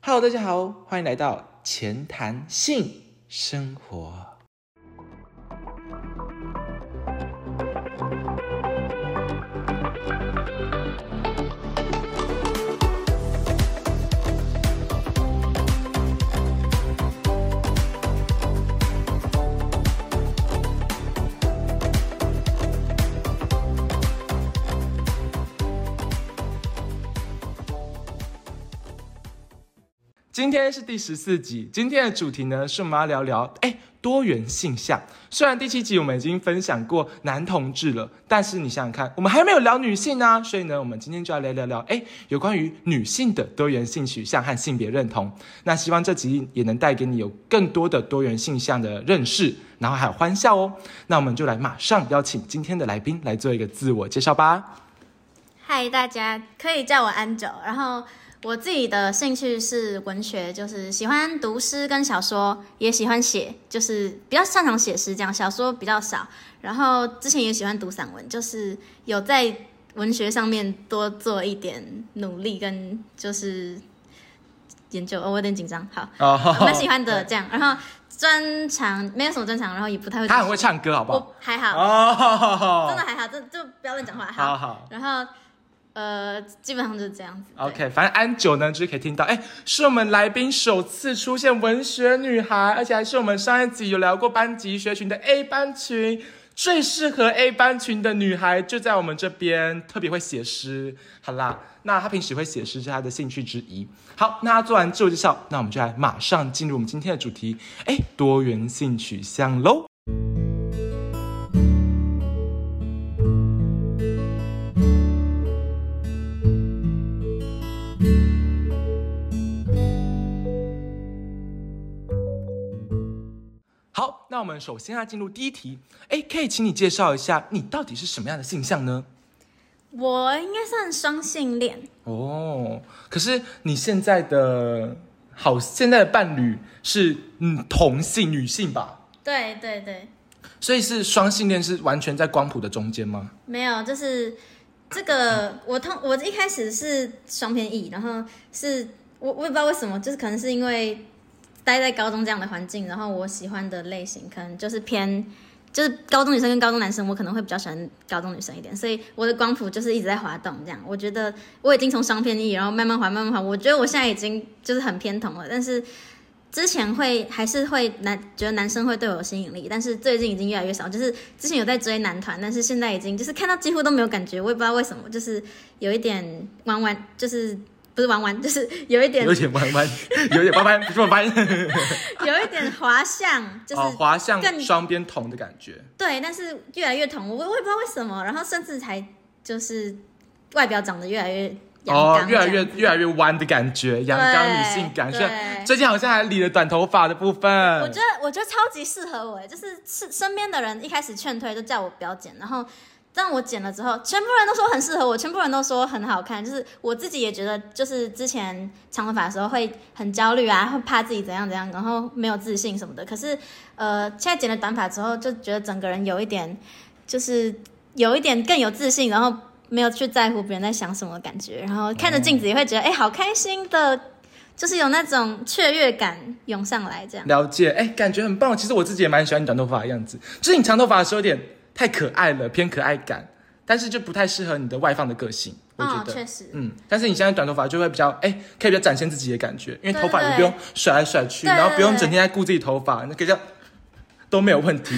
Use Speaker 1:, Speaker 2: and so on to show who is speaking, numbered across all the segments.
Speaker 1: Hello，大家好，欢迎来到前谈性生活。今天是第十四集，今天的主题呢是我们要聊聊哎多元性向。虽然第七集我们已经分享过男同志了，但是你想想看，我们还没有聊女性呢、所以呢，我们今天就要来聊聊哎有关于女性的多元性取向和性别认同。那希望这集也能带给你有更多的多元性向的认识，然后还有欢笑哦。那我们就来马上邀请今天的来宾来做一个自我介绍吧。
Speaker 2: 嗨，大家可以叫我安九。然后我自己的兴趣是文学，就是喜欢读诗跟小说，也喜欢写，就是比较擅长写诗，这样小说比较少。然后之前也喜欢读散文，就是有在文学上面多做一点努力跟就是研究。哦，我有点紧张，好，
Speaker 1: 哦，
Speaker 2: 我蛮喜欢的这样。然后专长没有什么专长，然后也不太会。
Speaker 1: 他很会，唱歌，好不好？
Speaker 2: 我还好，
Speaker 1: 哦，
Speaker 2: 真的还好，这就不要乱讲话。
Speaker 1: 好好
Speaker 2: 然后呃，基本上就是这样子。对
Speaker 1: ，OK，反正安九呢，就是可以听到，哎，是我们来宾首次出现文学女孩，而且还是我们上一集有聊过班级学群的 A 班群，最适合 A 班群的女孩就在我们这边，特别会写诗。好啦，那她平时会写诗是她的兴趣之一。好，那她做完自我介绍，那我们就来马上进入我们今天的主题，哎，多元性取向喽。好，那我们首先要进入第一题，哎，可以请你介绍一下你到底是什么样的性向呢？
Speaker 2: 我应该算双性恋，
Speaker 1: 哦，可是你现在的好，现在的伴侣是嗯同性女性吧？
Speaker 2: 对对对，
Speaker 1: 所以是双性恋是完全在光谱的中间吗？
Speaker 2: 没有，就是这个我通我一开始是双偏异，然后是我我也不知道为什么，就是可能是因为待在高中这样的环境，然后我喜欢的类型可能就是偏。就是高中女生跟高中男生，我可能会比较喜欢高中女生一点，所以我的光谱就是一直在滑动这样。我觉得我已经从双偏异，然后慢慢滑，慢慢滑，我觉得我现在已经就是很偏同了。但是之前会还是会男觉得男生会对我有吸引力，但是最近已经越来越少。就是之前有在追男团，但是现在已经就是看到几乎都没有感觉，我也不知道为什么，就是有一点玩玩，就是不是玩玩，就是有一点
Speaker 1: 有点弯弯， 有点弯弯，不是弯弯，
Speaker 2: 有一点滑向，就是
Speaker 1: 哦，滑向
Speaker 2: 更
Speaker 1: 双边同的感觉。
Speaker 2: 对，但是越来越同，我我也不知道为什么，然后甚至才就是外表长得越来越阳
Speaker 1: 哦，
Speaker 2: 刚这
Speaker 1: 越
Speaker 2: 样，
Speaker 1: 来越越来越弯的感觉，阳刚女性感。
Speaker 2: 对
Speaker 1: 虽然最近好像还理了短头发的部
Speaker 2: 我
Speaker 1: 分
Speaker 2: 觉，得我觉得超级适合我耶，欸就是是身边的人一开始劝退，就叫我不要剪，然后但我剪了之后，全部人都说很适合我，全部人都说很好看，就是我自己也觉得，就是之前长头发的时候会很焦虑啊，会怕自己怎样怎样，然后没有自信什么的。可是呃，现在剪了短发之后，就觉得整个人有一点，就是有一点更有自信，然后。没有去在乎别人在想什么的感觉，然后看着镜子也会觉得，哎、好开心的，就是有那种雀跃感涌上来，这样。
Speaker 1: 了解，哎，感觉很棒。其实我自己也蛮喜欢你短头发的样子，就是你长头发的时候有点太可爱了，偏可爱感，但是就不太适合你的外放的个性，我觉
Speaker 2: 嗯，
Speaker 1: 得。
Speaker 2: 确实，
Speaker 1: 嗯，但是你现在短头发就会比较，哎、可以比较展现自己的感觉，因为头发
Speaker 2: 对对
Speaker 1: 也不用甩来甩去，
Speaker 2: 对对
Speaker 1: 然后不用整天在顾自己头发，那个叫都没有问 题，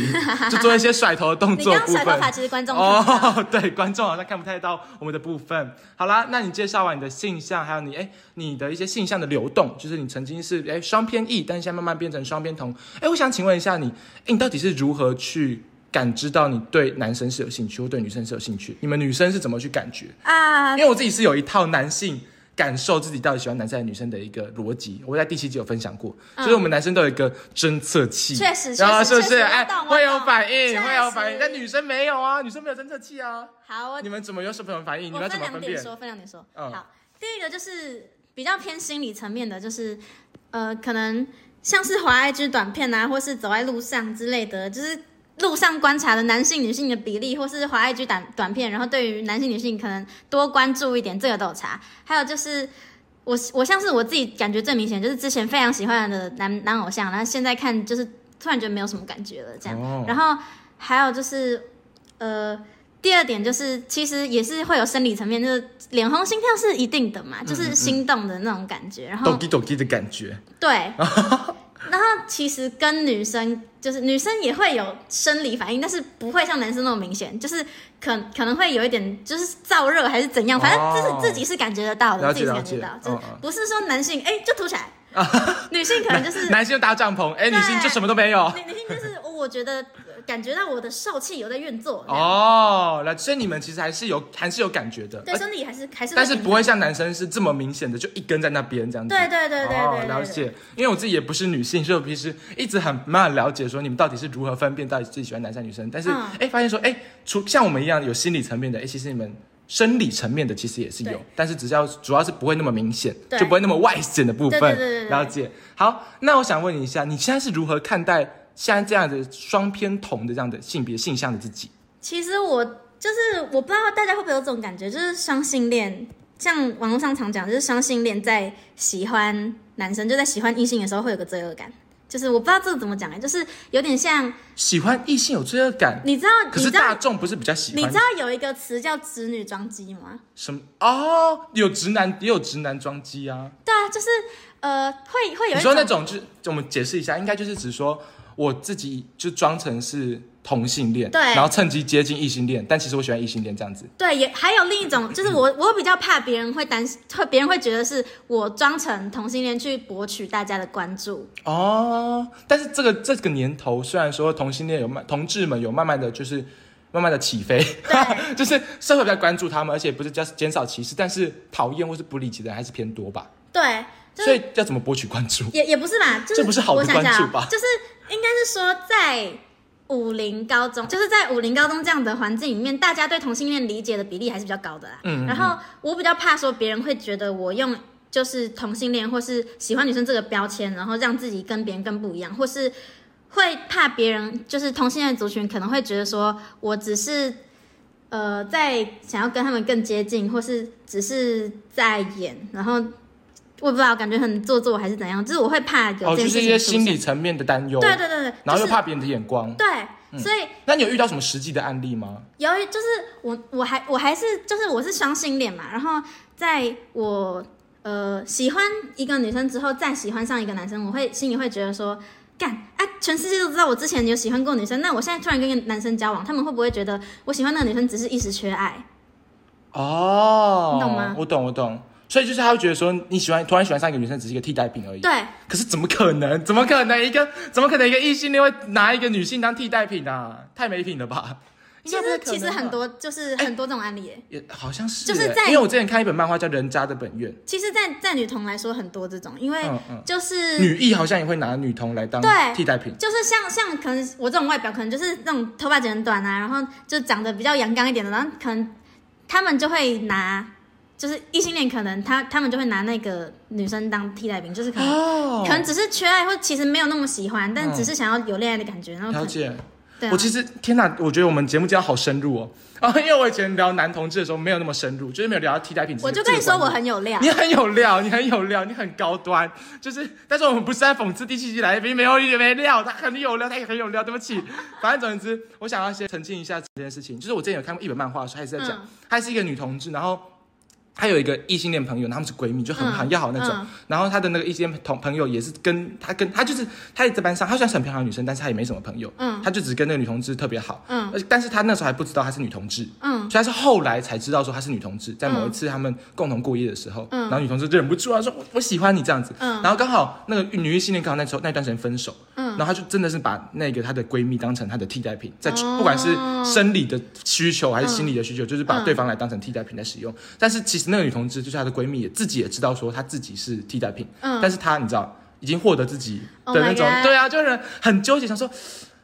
Speaker 1: 就做一些甩头的动
Speaker 2: 你
Speaker 1: 作
Speaker 2: 刚
Speaker 1: 的
Speaker 2: 刚
Speaker 1: 部
Speaker 2: 甩头
Speaker 1: 分
Speaker 2: 发，。其实观众看不到。
Speaker 1: 哦， 对，观众好像看不太到我们的部分。好啦，那你介绍完你的性向，还有你哎、你的一些性向的流动，就是你曾经是哎双偏异，但是现在慢慢变成双偏同。哎、我想请问一下你，哎、你到底是如何去感知到你对男生是有兴趣，或对女生是有兴趣？你们女生是怎么去感觉？
Speaker 2: 啊
Speaker 1: 因，为我自己是有一套男性感受自己到底喜欢男生还是女生的一个逻辑，我在第七集有分享过，
Speaker 2: 嗯
Speaker 1: 就是我们男生都有一个侦测器，
Speaker 2: 确实
Speaker 1: 然后
Speaker 2: 确实
Speaker 1: 是不是
Speaker 2: 确实
Speaker 1: 哎
Speaker 2: 我懂我懂
Speaker 1: 会有反应，
Speaker 2: 确实
Speaker 1: 会有反应，但女生没有啊，女生没有侦测器啊，
Speaker 2: 好，我
Speaker 1: 你们怎么有什么反应？你
Speaker 2: 我
Speaker 1: 们要怎
Speaker 2: 分
Speaker 1: 么
Speaker 2: 两
Speaker 1: 分
Speaker 2: 点
Speaker 1: 辨？
Speaker 2: 说，分两点说。
Speaker 1: 嗯
Speaker 2: 好，第一个就是比较偏心理层面的，就是呃，可能像是滑 IG 短片啊，或是走在路上之类的，就是路上观察的男性、女性的比例，或是滑 IG 短短片，然后对于男性、女性可能多关注一点，这个都有查。还有就是。我我像是我自己感觉最明显，就是之前非常喜欢的男男偶像，然后现在看就是突然觉得没有什么感觉了这样。
Speaker 1: 哦
Speaker 2: 然后还有就是，呃，第二点就是其实也是会有生理层面，就是脸红心跳是一定的嘛，
Speaker 1: 嗯
Speaker 2: 就是心动的那种感觉。然后
Speaker 1: 抖机抖机的感觉，
Speaker 2: 对， 然后其实跟女生就是女生也会有生理反应，但是不会像男生那么明显，就是可可能会有一点就是燥热还是怎样，反正
Speaker 1: 哦
Speaker 2: 就是自己是感觉得到的，
Speaker 1: 了
Speaker 2: 自
Speaker 1: 解
Speaker 2: 己是感觉得
Speaker 1: 了
Speaker 2: 到，
Speaker 1: 解
Speaker 2: 就是
Speaker 1: 嗯嗯
Speaker 2: 不是说男性哎、就凸 起来，女性可能就是。
Speaker 1: 男性就搭帐篷，哎，
Speaker 2: 嗯对
Speaker 1: 女性就什么都没有。
Speaker 2: 女女性就是我我觉得呃感觉到我的受气有在运作，
Speaker 1: 哦，那所以你们其实还是有还是有感觉的，
Speaker 2: 对
Speaker 1: 而
Speaker 2: 身体还是还是
Speaker 1: 但是
Speaker 2: 平
Speaker 1: 不会像男生是这么明显的，就一根在那边这样子。
Speaker 2: 对对对对对
Speaker 1: 哦
Speaker 2: 对，对
Speaker 1: 了解。因为我自己也不是女性，所以我平时一直很蛮了解说你们到底是如何分辨到底自己喜欢男生还是女生。但是哎
Speaker 2: 嗯、
Speaker 1: 诶发现说哎，诶除像我们一样有心理层面的，哎，其实你们生理层面的其实也是有
Speaker 2: 对，
Speaker 1: 但是只是要主要是不会那么明显，
Speaker 2: 对
Speaker 1: 就不会那么外显的部分。
Speaker 2: 对对对对对
Speaker 1: 了解。好，那我想问你一下，你现在是如何看待现在这样的双偏同的这样的性别性向的自己？
Speaker 2: 其实我就是我不知道大家会不会有这种感觉，就是双性恋，像网络上常讲，就是双性恋在喜欢男生，就在喜欢异性的时候会有个罪恶感。就是我不知道这个怎么讲哎，就是有点像，
Speaker 1: 喜欢异性有罪恶感，
Speaker 2: 你知道，
Speaker 1: 可
Speaker 2: 你
Speaker 1: 是
Speaker 2: 知
Speaker 1: 大
Speaker 2: 道，
Speaker 1: 众不是比较喜
Speaker 2: 你
Speaker 1: 欢
Speaker 2: 知道有一个词叫“直女装机”吗？
Speaker 1: 什么？哦，有直男也有直男装机啊。
Speaker 2: 对啊，就是呃，会会有
Speaker 1: 你
Speaker 2: 一
Speaker 1: 说
Speaker 2: 种
Speaker 1: 那种就是我们解释一下，应该就是指说我自己就装成是同性恋，
Speaker 2: 对
Speaker 1: 然后趁机接近异性恋，但其实我喜欢异性恋这样子。
Speaker 2: 对，也还有另一
Speaker 1: 嗯
Speaker 2: 种，就是我我比较怕别人会担心，会别人会觉得是我装成同性恋去博取大家的关注。
Speaker 1: 哦，但是这个这个年头，虽然说同性恋有慢，同志们有慢慢的就是慢慢的起飞，
Speaker 2: 对
Speaker 1: 就是社会比较关注他们，而且不是叫减少歧视，但是讨厌或是不理解的人还是偏多吧。
Speaker 2: 对，就是
Speaker 1: 所以要怎么博取关注？
Speaker 2: 也也不是吧，就是
Speaker 1: 这不是好的
Speaker 2: 我想想啊
Speaker 1: 关注吧
Speaker 2: 就是应该是说在武林高中，就是在武林高中这样的环境里面，大家对同性恋理解的比例还是比较高的啦。
Speaker 1: 嗯嗯
Speaker 2: 然后我比较怕说别人会觉得我用。就是同性恋或是喜欢女生这个标签，然后让自己跟别人更不一样，或是会怕别人就是同性恋族群可能会觉得说我只是呃在想要跟他们更接近，或是只是在演，然后我也不知道感觉很做作还是怎样，就是我会怕有
Speaker 1: 哦，
Speaker 2: 这
Speaker 1: 就
Speaker 2: 件事
Speaker 1: 是一
Speaker 2: 情
Speaker 1: 些
Speaker 2: 出
Speaker 1: 心理
Speaker 2: 现
Speaker 1: 层面的担忧，
Speaker 2: 对对对对，
Speaker 1: 然后又
Speaker 2: 就是
Speaker 1: 怕别嗯人的眼光。
Speaker 2: 对，所以
Speaker 1: 那你有遇到什么实际的案例吗？
Speaker 2: 由于就是我我还我还是就是我是双性恋嘛，然后在我呃喜欢一个女生之后，再喜欢上一个男生，我会心里会觉得说。干啊！全世界都知道我之前有喜欢过女生，那我现在突然跟一个男生交往，他们会不会觉得我喜欢那个女生只是一时缺爱？
Speaker 1: 哦，
Speaker 2: 你懂吗
Speaker 1: 我懂，我懂。所以就是他会觉得说，你喜欢突然喜欢上一个女生，只是一个替代品而已。
Speaker 2: 对，
Speaker 1: 可是怎么可能？怎么可能一个怎么可能一个异性恋会拿一个女性当替代品啊？太没品了吧！
Speaker 2: 其
Speaker 1: 应该不太可
Speaker 2: 实
Speaker 1: 能吧
Speaker 2: 其实很多就是很多这种案例耶、
Speaker 1: 也好像是欸，
Speaker 2: 就是在
Speaker 1: 因为我之前看一本漫画叫《人渣的本愿》，
Speaker 2: 其实在，在女同来说很多这种，因为
Speaker 1: 嗯嗯
Speaker 2: 就是、
Speaker 1: 女艺好像也会拿女同来当
Speaker 2: 对
Speaker 1: 替代品。
Speaker 2: 就是像像可能我这种外表，可能就是那种头发剪很短啊，然后就长得比较阳刚一点的，然后可能他们就会拿，就是异性恋可能他他们就会拿那个女生当替代品，就是可能、
Speaker 1: 哦
Speaker 2: 嗯可能只是缺爱，或其实没有那么喜欢，但只是想要有恋爱的感觉，然后可
Speaker 1: 了
Speaker 2: 能
Speaker 1: 解。
Speaker 2: 对啊
Speaker 1: 我其实天哪，我觉得我们节目今天好深入哦。 啊，因为我以前聊男同志的时候没有那么深入，就是没有聊到替代品这个。
Speaker 2: 我就跟你说
Speaker 1: 这个
Speaker 2: 我
Speaker 1: 观念
Speaker 2: 很有料
Speaker 1: 你，很有料，你很有料，你很高端，就是，但是我们不是在讽刺第七集来宾没有没料，他很有料，他也很有料，对不起。反正总之，我想要先澄清一下这件事情，就是我之前有看过一本漫画的时候，他也是在讲，
Speaker 2: 嗯
Speaker 1: 她是一个女同志，然后她有一个异性恋朋友，然后她们是闺蜜，就很很要好那种。
Speaker 2: 嗯
Speaker 1: 然后她的那个异性恋同朋友也是跟她跟她就是她也在班上，她虽然是很漂亮的女生，但是她也没什么朋友，
Speaker 2: 嗯
Speaker 1: 她就只跟那个女同志特别好，
Speaker 2: 嗯
Speaker 1: 而且但是她那时候还不知道她是女同志，
Speaker 2: 嗯，
Speaker 1: 所以他是后来才知道说她是女同志，在某一次他们共同过夜的时候，
Speaker 2: 嗯
Speaker 1: 然后女同志就忍不住啊，说我我喜欢你这样子，
Speaker 2: 嗯
Speaker 1: 然后刚好那个女异性恋刚好那时候那段时间分手，
Speaker 2: 嗯
Speaker 1: 然后她就真的是把那个她的闺蜜当成她的替代品，在、
Speaker 2: 哦
Speaker 1: 不管是生理的需求还是心理的需求，就是把对方来当成替代品来使用。
Speaker 2: 嗯
Speaker 1: 但是其实那个女同志就是她的闺蜜也自己也知道说她自己是替代品，
Speaker 2: 嗯
Speaker 1: 但是她你知道已经获得自己的
Speaker 2: Oh my
Speaker 1: 那种，
Speaker 2: God
Speaker 1: 对啊，就是很纠结，想说。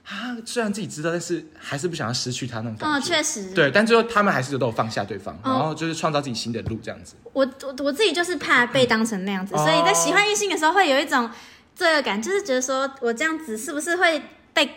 Speaker 1: 啊，虽然自己知道，但是还是不想要失去她那种感觉。
Speaker 2: 嗯，确实，
Speaker 1: 对，但最后他们还是都有放下对
Speaker 2: 哦
Speaker 1: 方，然后就是创造自己新的路这样子。
Speaker 2: 我我我自己就是怕被当成那样子，
Speaker 1: 哦
Speaker 2: 所以在喜欢异性的时候会有一种罪恶感，就是觉得说我这样子是不是会被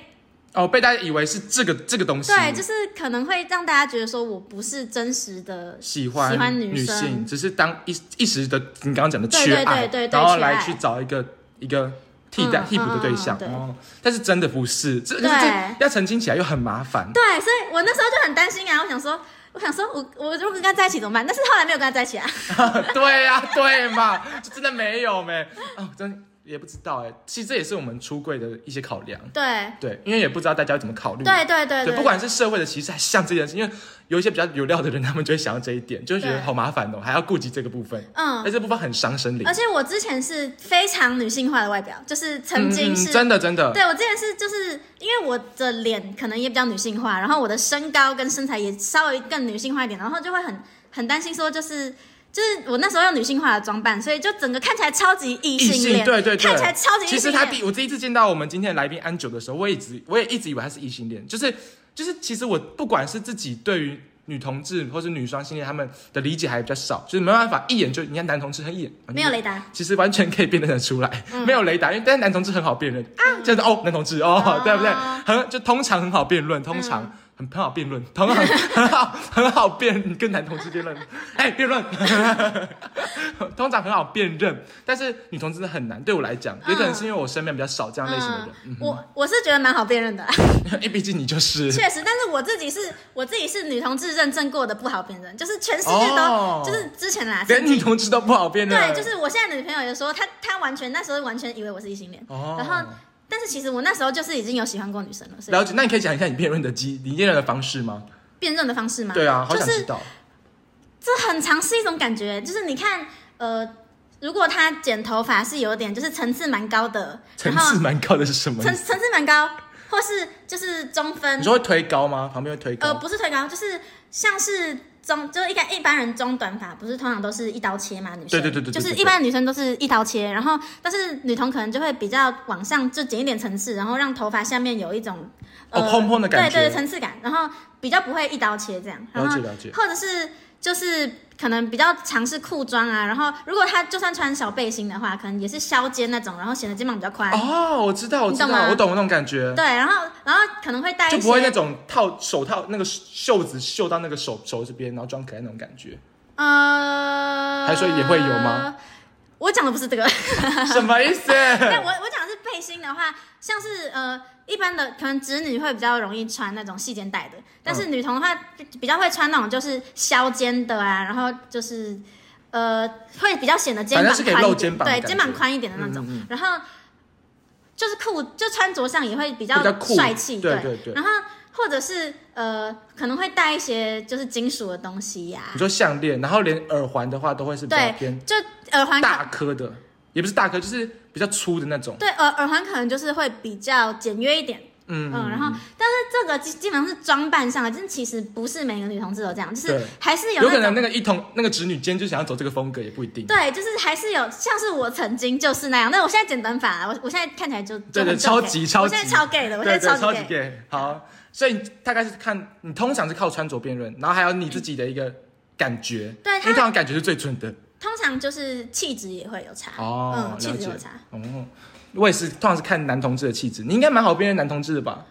Speaker 1: 哦，被大家以为是这个这个东西，
Speaker 2: 对，就是可能会让大家觉得说我不是真实的
Speaker 1: 喜欢
Speaker 2: 喜欢女生
Speaker 1: 性，只是当一一时的你刚刚讲的
Speaker 2: 对
Speaker 1: 缺
Speaker 2: 对
Speaker 1: 爱，
Speaker 2: 对对对
Speaker 1: 然后
Speaker 2: 缺
Speaker 1: 来
Speaker 2: 爱
Speaker 1: 去找一个一个替代、
Speaker 2: 嗯
Speaker 1: 替补的对象、
Speaker 2: 嗯嗯嗯
Speaker 1: 哦，但是真的不是，这这
Speaker 2: 对
Speaker 1: 这要澄清起来又很麻烦，
Speaker 2: 对，所以我那时候就很担心啊，我想说，我想说我我如果跟他在一起怎么办？但是后来没有跟他在一起啊。
Speaker 1: 对呀、对嘛，就真的没有没哦，真的也不知道哎，其实这也是我们出柜的一些考量，
Speaker 2: 对，
Speaker 1: 对，因为也不知道大家会怎么考虑，
Speaker 2: 对对对
Speaker 1: 不管是社会的歧视还是像这件事，因为有一些比较有料的人，他们就会想到这一点，就会觉得
Speaker 2: 对
Speaker 1: 好麻烦哦，还要顾及这个部分，
Speaker 2: 嗯
Speaker 1: 而，这部分很伤身灵
Speaker 2: 而。且我之前是非常女性化的外表，就是曾
Speaker 1: 嗯
Speaker 2: 经是。
Speaker 1: 真的真的，
Speaker 2: 对，我之前是就是因为我的脸可能也比较女性化，然后我的身高跟身材也稍微更女性化一点，然后就会很很担心说就是就是我那时候用女性化的装扮，所以就整个看起来超级异
Speaker 1: 异
Speaker 2: 性恋，
Speaker 1: 对对对，
Speaker 2: 看起来超级异性恋。
Speaker 1: 其实他第我第一次见到我们今天的来宾安九的时候，我也一直我也一直以为他是异性恋，就是就是其实我不管是自己对于女同志或是女双性恋他们的理解还比较少，就是没办法一眼就人家男同志他一眼哦
Speaker 2: 没有雷达，
Speaker 1: 其实完全可以辨认得出来，
Speaker 2: 嗯
Speaker 1: 没有雷达，因为但是男同志很好辨认啊，就是哦，男同志哦，
Speaker 2: 哦
Speaker 1: 对不对？很就通常很好辩论，通
Speaker 2: 嗯
Speaker 1: 常很很好辩论，通常 很好很好辩跟男同志辩 论，哎，辩论， 通常很好辨认，但是女同志真的很难，对我来讲，也可能是因为我身边比较少这样类型的人，
Speaker 2: 嗯、我我是觉得蛮好辨 认的啊、
Speaker 1: 因为毕竟你就是
Speaker 2: 确实，但是我自己是我自己是女同志认证过的不好辨认，就是全世界都、
Speaker 1: 哦
Speaker 2: 就是之前啦，
Speaker 1: 连
Speaker 2: 曾经
Speaker 1: 女同志都不好辨认，
Speaker 2: 对，就是我现在的女朋友也说，她她完全那时候完全以为我是异性恋，
Speaker 1: 哦
Speaker 2: 然后但是其实我那时候就是已经有喜欢过女生了，所以
Speaker 1: 了解。那你可以讲一下你辨认的机，你辨认的方式吗？
Speaker 2: 辨认的方式嘛，
Speaker 1: 对啊，好
Speaker 2: 就
Speaker 1: 想知
Speaker 2: 是
Speaker 1: 道。
Speaker 2: 这很常是一种感觉，就是你看呃，如果她剪头发是有点就是层次蛮高的，
Speaker 1: 层
Speaker 2: 然
Speaker 1: 次
Speaker 2: 后
Speaker 1: 蛮高的是什么意思？
Speaker 2: 层层次蛮高，或是就是中分
Speaker 1: 你，说会推高吗？旁边会推高？
Speaker 2: 呃，不是推高，就是像是中，就是一般一般人中短发，不是通常都是一刀切嘛？女生
Speaker 1: 对对对对对
Speaker 2: 就是
Speaker 1: 对
Speaker 2: 一般女生都是一刀切，然后但是女童可能就会比较往上，就剪一点层次，然后让头发下面有一种呃
Speaker 1: 哦蓬蓬的感觉
Speaker 2: 对对层次感，然后比较不会一刀切这样，然
Speaker 1: 了
Speaker 2: 后
Speaker 1: 解了解。
Speaker 2: 或者是就是可能比较尝试裤装啊，然后如果她就算穿小背心的话，可能也是削肩那种，然后显得肩膀比较宽，
Speaker 1: 哦，我知道，我知
Speaker 2: 你懂
Speaker 1: 道，
Speaker 2: 吗
Speaker 1: 我懂那种感觉，
Speaker 2: 对，然后然后可能会带一些
Speaker 1: 就不会那种套手套那个袖子袖到那个手手这边，然后装可爱那种感 觉，
Speaker 2: 呃，
Speaker 1: 还说也会有吗？
Speaker 2: 我讲的不是 这个，
Speaker 1: 什么意思？
Speaker 2: 但我我讲的是背心的话，像是呃一般的可能直女会比较容易穿那种细肩带的，但是女童的话比较会穿那种就是削肩的啊，然后就是呃会比较显得肩膀
Speaker 1: 反正是可以
Speaker 2: 宽一
Speaker 1: 露
Speaker 2: 点
Speaker 1: 肩膀的
Speaker 2: 对
Speaker 1: 感
Speaker 2: 肩膀
Speaker 1: 觉嗯
Speaker 2: 宽一点的那种，然后就是裤就穿着上也会比较
Speaker 1: 比较酷
Speaker 2: 帅气，
Speaker 1: 对对对
Speaker 2: 然后或者是呃可能会带一些就是金属的东西呀、
Speaker 1: 你说项链，然后连耳环的话都会是比较
Speaker 2: 对
Speaker 1: 偏
Speaker 2: 就耳环可
Speaker 1: 大颗的，也不是大颗，就是比较粗的那种。
Speaker 2: 对，耳耳环可能就是会比较简约一点，
Speaker 1: 嗯
Speaker 2: 嗯，然后但是这个基基本上是装扮上的，就是其实不是每个女同志都这样，就是
Speaker 1: 对
Speaker 2: 还是有
Speaker 1: 有可
Speaker 2: 那
Speaker 1: 能那
Speaker 2: 种。
Speaker 1: 个一同那个侄女间就想要走这个风格也不一定。
Speaker 2: 对，就是还是有，像是我曾经就是那样，但我现在剪短发了，我我现在看起来就
Speaker 1: 对
Speaker 2: 就
Speaker 1: 对，
Speaker 2: 很
Speaker 1: 超
Speaker 2: 正
Speaker 1: 级
Speaker 2: gay
Speaker 1: 超
Speaker 2: 我
Speaker 1: 级，
Speaker 2: 现在超 gay 的，我
Speaker 1: 对
Speaker 2: 现
Speaker 1: 对
Speaker 2: 在
Speaker 1: 超级
Speaker 2: 级 gay，
Speaker 1: gay。好，所以你大概是看你通常是靠穿着辨认，然后还有你自己的一个感觉，
Speaker 2: 嗯对
Speaker 1: 因为
Speaker 2: 他
Speaker 1: 通常感觉是最准的。
Speaker 2: 通常就是气质也会有差，
Speaker 1: 哦
Speaker 2: 嗯，，气
Speaker 1: 了
Speaker 2: 质
Speaker 1: 解
Speaker 2: 有差，。
Speaker 1: 哦，我也是，通常是看男同志的气质，你应该蛮好辨认男同志的吧？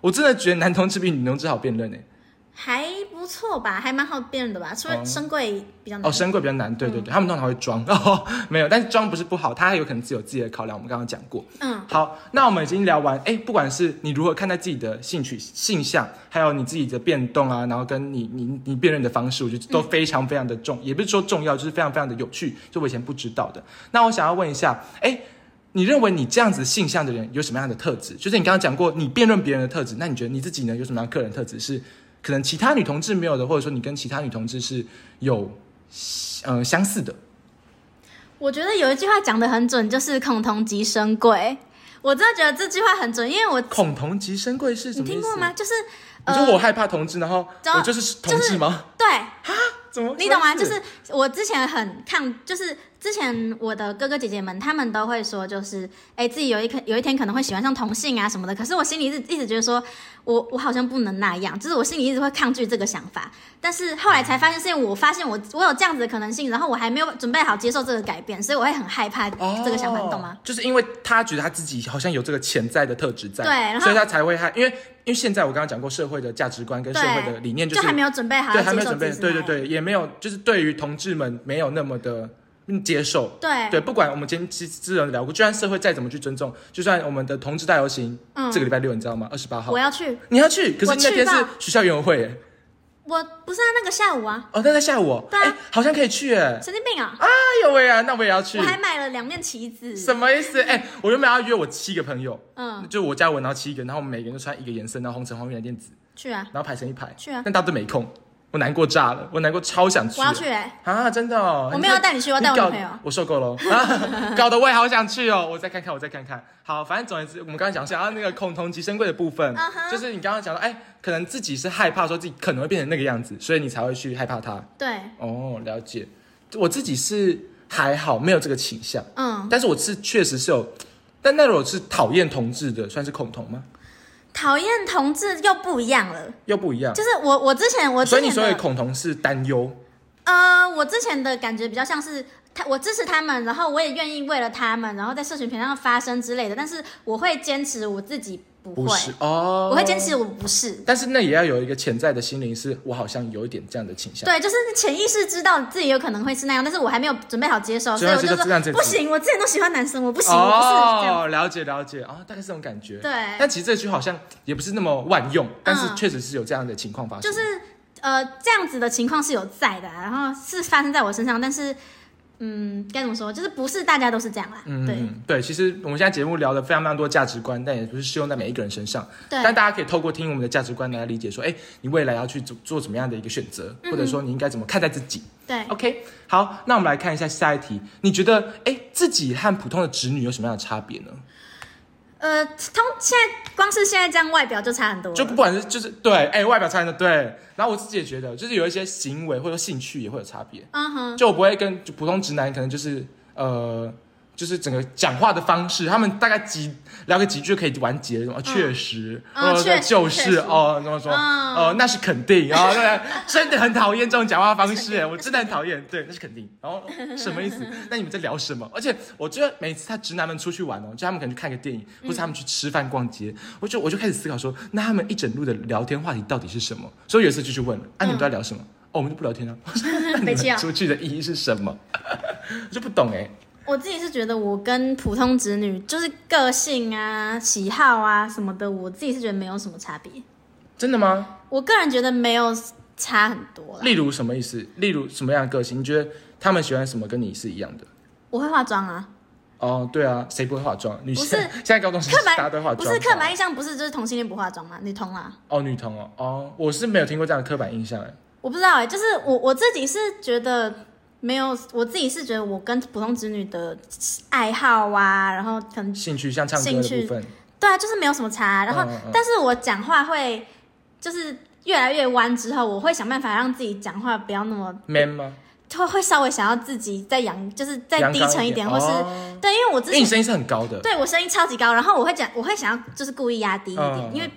Speaker 1: 我真的觉得男同志比女同志好辨认欸诶、
Speaker 2: 还不错吧，还蛮好辨认的吧，除
Speaker 1: 哦
Speaker 2: 了深柜比较难。
Speaker 1: 哦，深柜比较难，对
Speaker 2: 嗯
Speaker 1: 对对，他们通常会装。哦，没有，但是装不是不好，他还有可能自有自己的考量。我们刚刚讲过。
Speaker 2: 嗯，
Speaker 1: 好，那我们已经聊完，哎，不管是你如何看待自己的兴趣、性向，还有你自己的变动啊，然后跟你你你辨认的方式，我觉得都非常非常的重，也不是说重要，就是非常非常的有趣，就我以前不知道的。那我想要问一下，哎，你认为你这样子性向的人有什么样的特质？就是你刚刚讲过你辨认别人的特质，那你觉得你自己呢有什么样的个人特质是可能其他女同志没有的，或者说你跟其他女同志是有呃相似的？
Speaker 2: 我觉得有一句话讲的很准，就是“恐同即生贵”。我真的觉得这句话很准，因为我
Speaker 1: 恐同即生贵是什
Speaker 2: 你
Speaker 1: 么意思？
Speaker 2: 听过吗？就是
Speaker 1: 你
Speaker 2: 呃，
Speaker 1: 说我害怕同志，然后
Speaker 2: 然后
Speaker 1: 我就是同志吗？
Speaker 2: 对，
Speaker 1: 怎么？
Speaker 2: 你懂吗？
Speaker 1: 什么
Speaker 2: 就呃
Speaker 1: 意思
Speaker 2: 是我之前很抗，就是哎之前我的哥哥姐姐们他们都会说，就是哎、自己有一可有一天可能会喜欢上同性啊什么的。可是我心里一直一直觉得说，我我好像不能那样，就是我心里一直会抗拒这个想法。但是后来才发现，是因为我发现我我有这样子的可能性，然后我还没有准备好接受这个改变，所以我会很害怕
Speaker 1: 哦
Speaker 2: 这个想法，你懂吗？？
Speaker 1: 就是因为他觉得他自己好像有这个潜在的特质在，
Speaker 2: 对然后
Speaker 1: 所以他才会害。因为因为现在我刚刚讲过，社会的价值观跟社会的理念
Speaker 2: 就是还没有准备好
Speaker 1: 对
Speaker 2: 要
Speaker 1: 还
Speaker 2: 接
Speaker 1: 没有
Speaker 2: 受
Speaker 1: 准
Speaker 2: 自
Speaker 1: 备，
Speaker 2: 己是
Speaker 1: 对
Speaker 2: 那
Speaker 1: 对
Speaker 2: 样
Speaker 1: 对，也没有就是对于同志们没有那么的嗯接受。
Speaker 2: 对
Speaker 1: 对，不管我们今天之之前聊过，就算社会再怎么去尊重，就算我们的同志大游行，
Speaker 2: 嗯
Speaker 1: 这个礼拜六你知道吗？二十八号
Speaker 2: 我要去，
Speaker 1: 你要去，可
Speaker 2: 我
Speaker 1: 是那
Speaker 2: 去
Speaker 1: 天是
Speaker 2: 吧
Speaker 1: 学校园游会耶，
Speaker 2: 我不是啊，那个下午啊，
Speaker 1: 哦，那在下午哦，
Speaker 2: 对啊
Speaker 1: 哎，好像可以去哎，
Speaker 2: 神经病啊！
Speaker 1: 哎呦喂啊，那我也要去
Speaker 2: 我，还买了两面旗子，
Speaker 1: 什么意思？哎，我原本要约我七个朋友，
Speaker 2: 嗯，
Speaker 1: 就我加我，然后七个，然后我们每个人就穿一个颜色，然后红橙黄绿蓝靛紫，
Speaker 2: 去啊，
Speaker 1: 然后排成一排。
Speaker 2: 去啊
Speaker 1: 但大家都没空，我难过炸了，我难过超想去。
Speaker 2: 我要去哎、
Speaker 1: 啊！真的哦，
Speaker 2: 我没有要带你去我要带我
Speaker 1: 搞
Speaker 2: 女朋友
Speaker 1: 我受够了哦、 啊，搞得我也好想去哦。我再看看，我再看看。好，反正总而言之，我们刚刚讲想要那个恐同及生贵的部分
Speaker 2: 嗯哼
Speaker 1: 就是你刚刚讲到，哎，可能自己是害怕说自己可能会变成那个样子，所以你才会去害怕它。
Speaker 2: 对，
Speaker 1: 哦，了解。我自己是还好，没有这个倾向，
Speaker 2: 嗯，
Speaker 1: 但是我是确实是有，但那种是讨厌同志的，算是恐同吗？
Speaker 2: 讨厌同志又不一样了，
Speaker 1: 又不一样。
Speaker 2: 就是我我之前我之
Speaker 1: 所
Speaker 2: 前
Speaker 1: 以你所谓
Speaker 2: 的
Speaker 1: 的恐同是担忧，
Speaker 2: 呃，我之前的感觉比较像是他，我支持他们，然后我也愿意为了他们，然后在社群平台上发声之类的，但是我会坚持我自己不会，
Speaker 1: 不是哦？
Speaker 2: 我会坚持我不是。
Speaker 1: 但是那也要有一个潜在的心灵，是我好像有一点这样的倾向。
Speaker 2: 对，就是潜意识知道自己有可能会是那样，但是我还没有准备好接受，
Speaker 1: 所
Speaker 2: 所
Speaker 1: 以
Speaker 2: 以
Speaker 1: 我
Speaker 2: 我
Speaker 1: 觉得
Speaker 2: 就说
Speaker 1: 这样子
Speaker 2: 不行，我之前都喜欢男生，我不行，我不是这样。
Speaker 1: 哦，了解了解啊、大概是这种感觉。
Speaker 2: 对嗯
Speaker 1: 但其实这句好像也不是那么万用，但是确实是有这样的情况发生。
Speaker 2: 就是呃，这样子的情况是有在的啊、然后是发生在我身上，但是嗯，该怎么说，就是不是大家都是这样啦，对
Speaker 1: 嗯，对，其实我们现在节目聊了非常非常多价值观，但也不是适用在每一个人身上。
Speaker 2: 对
Speaker 1: 但大家可以透过听我们的价值观来理解说，哎，你未来要去做做怎么样的一个选择，
Speaker 2: 嗯
Speaker 1: 或者说你应该怎么看待自己。
Speaker 2: 对，
Speaker 1: OK，好，那我们来看一下下一题，你觉得哎，自己和普通的直女有什么样的差别呢？
Speaker 2: 呃，通现在光是现在这样外表就差很多了，
Speaker 1: 就不管是就是对，哎、外表差的对，然后我自己也觉得，就是有一些行为或者兴趣也会有差别。
Speaker 2: 嗯哼，
Speaker 1: 就我不会跟就普通直男，可能就是呃，就是整个讲话的方式，他们大概几聊个几句可以完结那种，啊确实，
Speaker 2: 嗯
Speaker 1: 然后
Speaker 2: 确实
Speaker 1: 就是
Speaker 2: 确实
Speaker 1: 哦，怎么说，
Speaker 2: 嗯
Speaker 1: 哦，那是肯定， 啊，对，真的很讨厌这种讲话方式，我真的很讨厌，对，那是肯定，然后什么意 思？那你们在聊什么？而且我觉得每次他直男们出去玩哦，就他们可能去看个电影，
Speaker 2: 嗯
Speaker 1: 或者他们去吃饭逛街，我就我就开始思考说，那他们一整路的聊天话题到底是什么？所以有一次就去问，啊，你们都在聊什么？哦，我们就不聊 天了。那你
Speaker 2: 被气
Speaker 1: 们
Speaker 2: 啊
Speaker 1: 出去的意义是什么？ 我就不懂哎、
Speaker 2: 我自己是觉得我跟普通直女就是个性啊、喜好啊什么的，我自己是觉得没有什么差别，
Speaker 1: 真的吗？
Speaker 2: 我个人觉得没有差很多啦。
Speaker 1: 例如什么意思？例如什么样的个性？你觉得他们喜欢什么跟你是一样的？
Speaker 2: 我会化 妆啊，
Speaker 1: 哦，对啊，谁不会化妆？女
Speaker 2: 不
Speaker 1: 生
Speaker 2: 是
Speaker 1: 现在高中生
Speaker 2: 刻
Speaker 1: 大家
Speaker 2: 板
Speaker 1: 都会化
Speaker 2: 不
Speaker 1: 妆，
Speaker 2: 是刻板印象，不是就是同性恋不化妆嘛，女同啦。
Speaker 1: 哦，女同哦，哦，我是没有听过这样的刻板印象哎。
Speaker 2: 我不知道哎、就是我我自己是觉得没有，我自己是觉得我跟普通直女的爱好啊，然后可能
Speaker 1: 兴趣像唱歌
Speaker 2: 兴
Speaker 1: 的
Speaker 2: 趣
Speaker 1: 部分，
Speaker 2: 对啊，就是没有什么差。然后，
Speaker 1: 嗯嗯
Speaker 2: 但是我讲话会就是越来越弯之后，我会想办法让自己讲话不要那么
Speaker 1: man 吗？
Speaker 2: 会会稍微想要自己再扬，就是再
Speaker 1: 阳
Speaker 2: 低
Speaker 1: 刚
Speaker 2: 沉一点，或是、
Speaker 1: 哦
Speaker 2: 对，因为我之
Speaker 1: 因为你
Speaker 2: 前
Speaker 1: 声音是很高的，
Speaker 2: 对我声音超级高，然后我会讲，我会想要就是故意压低一点，
Speaker 1: 嗯嗯嗯
Speaker 2: 因为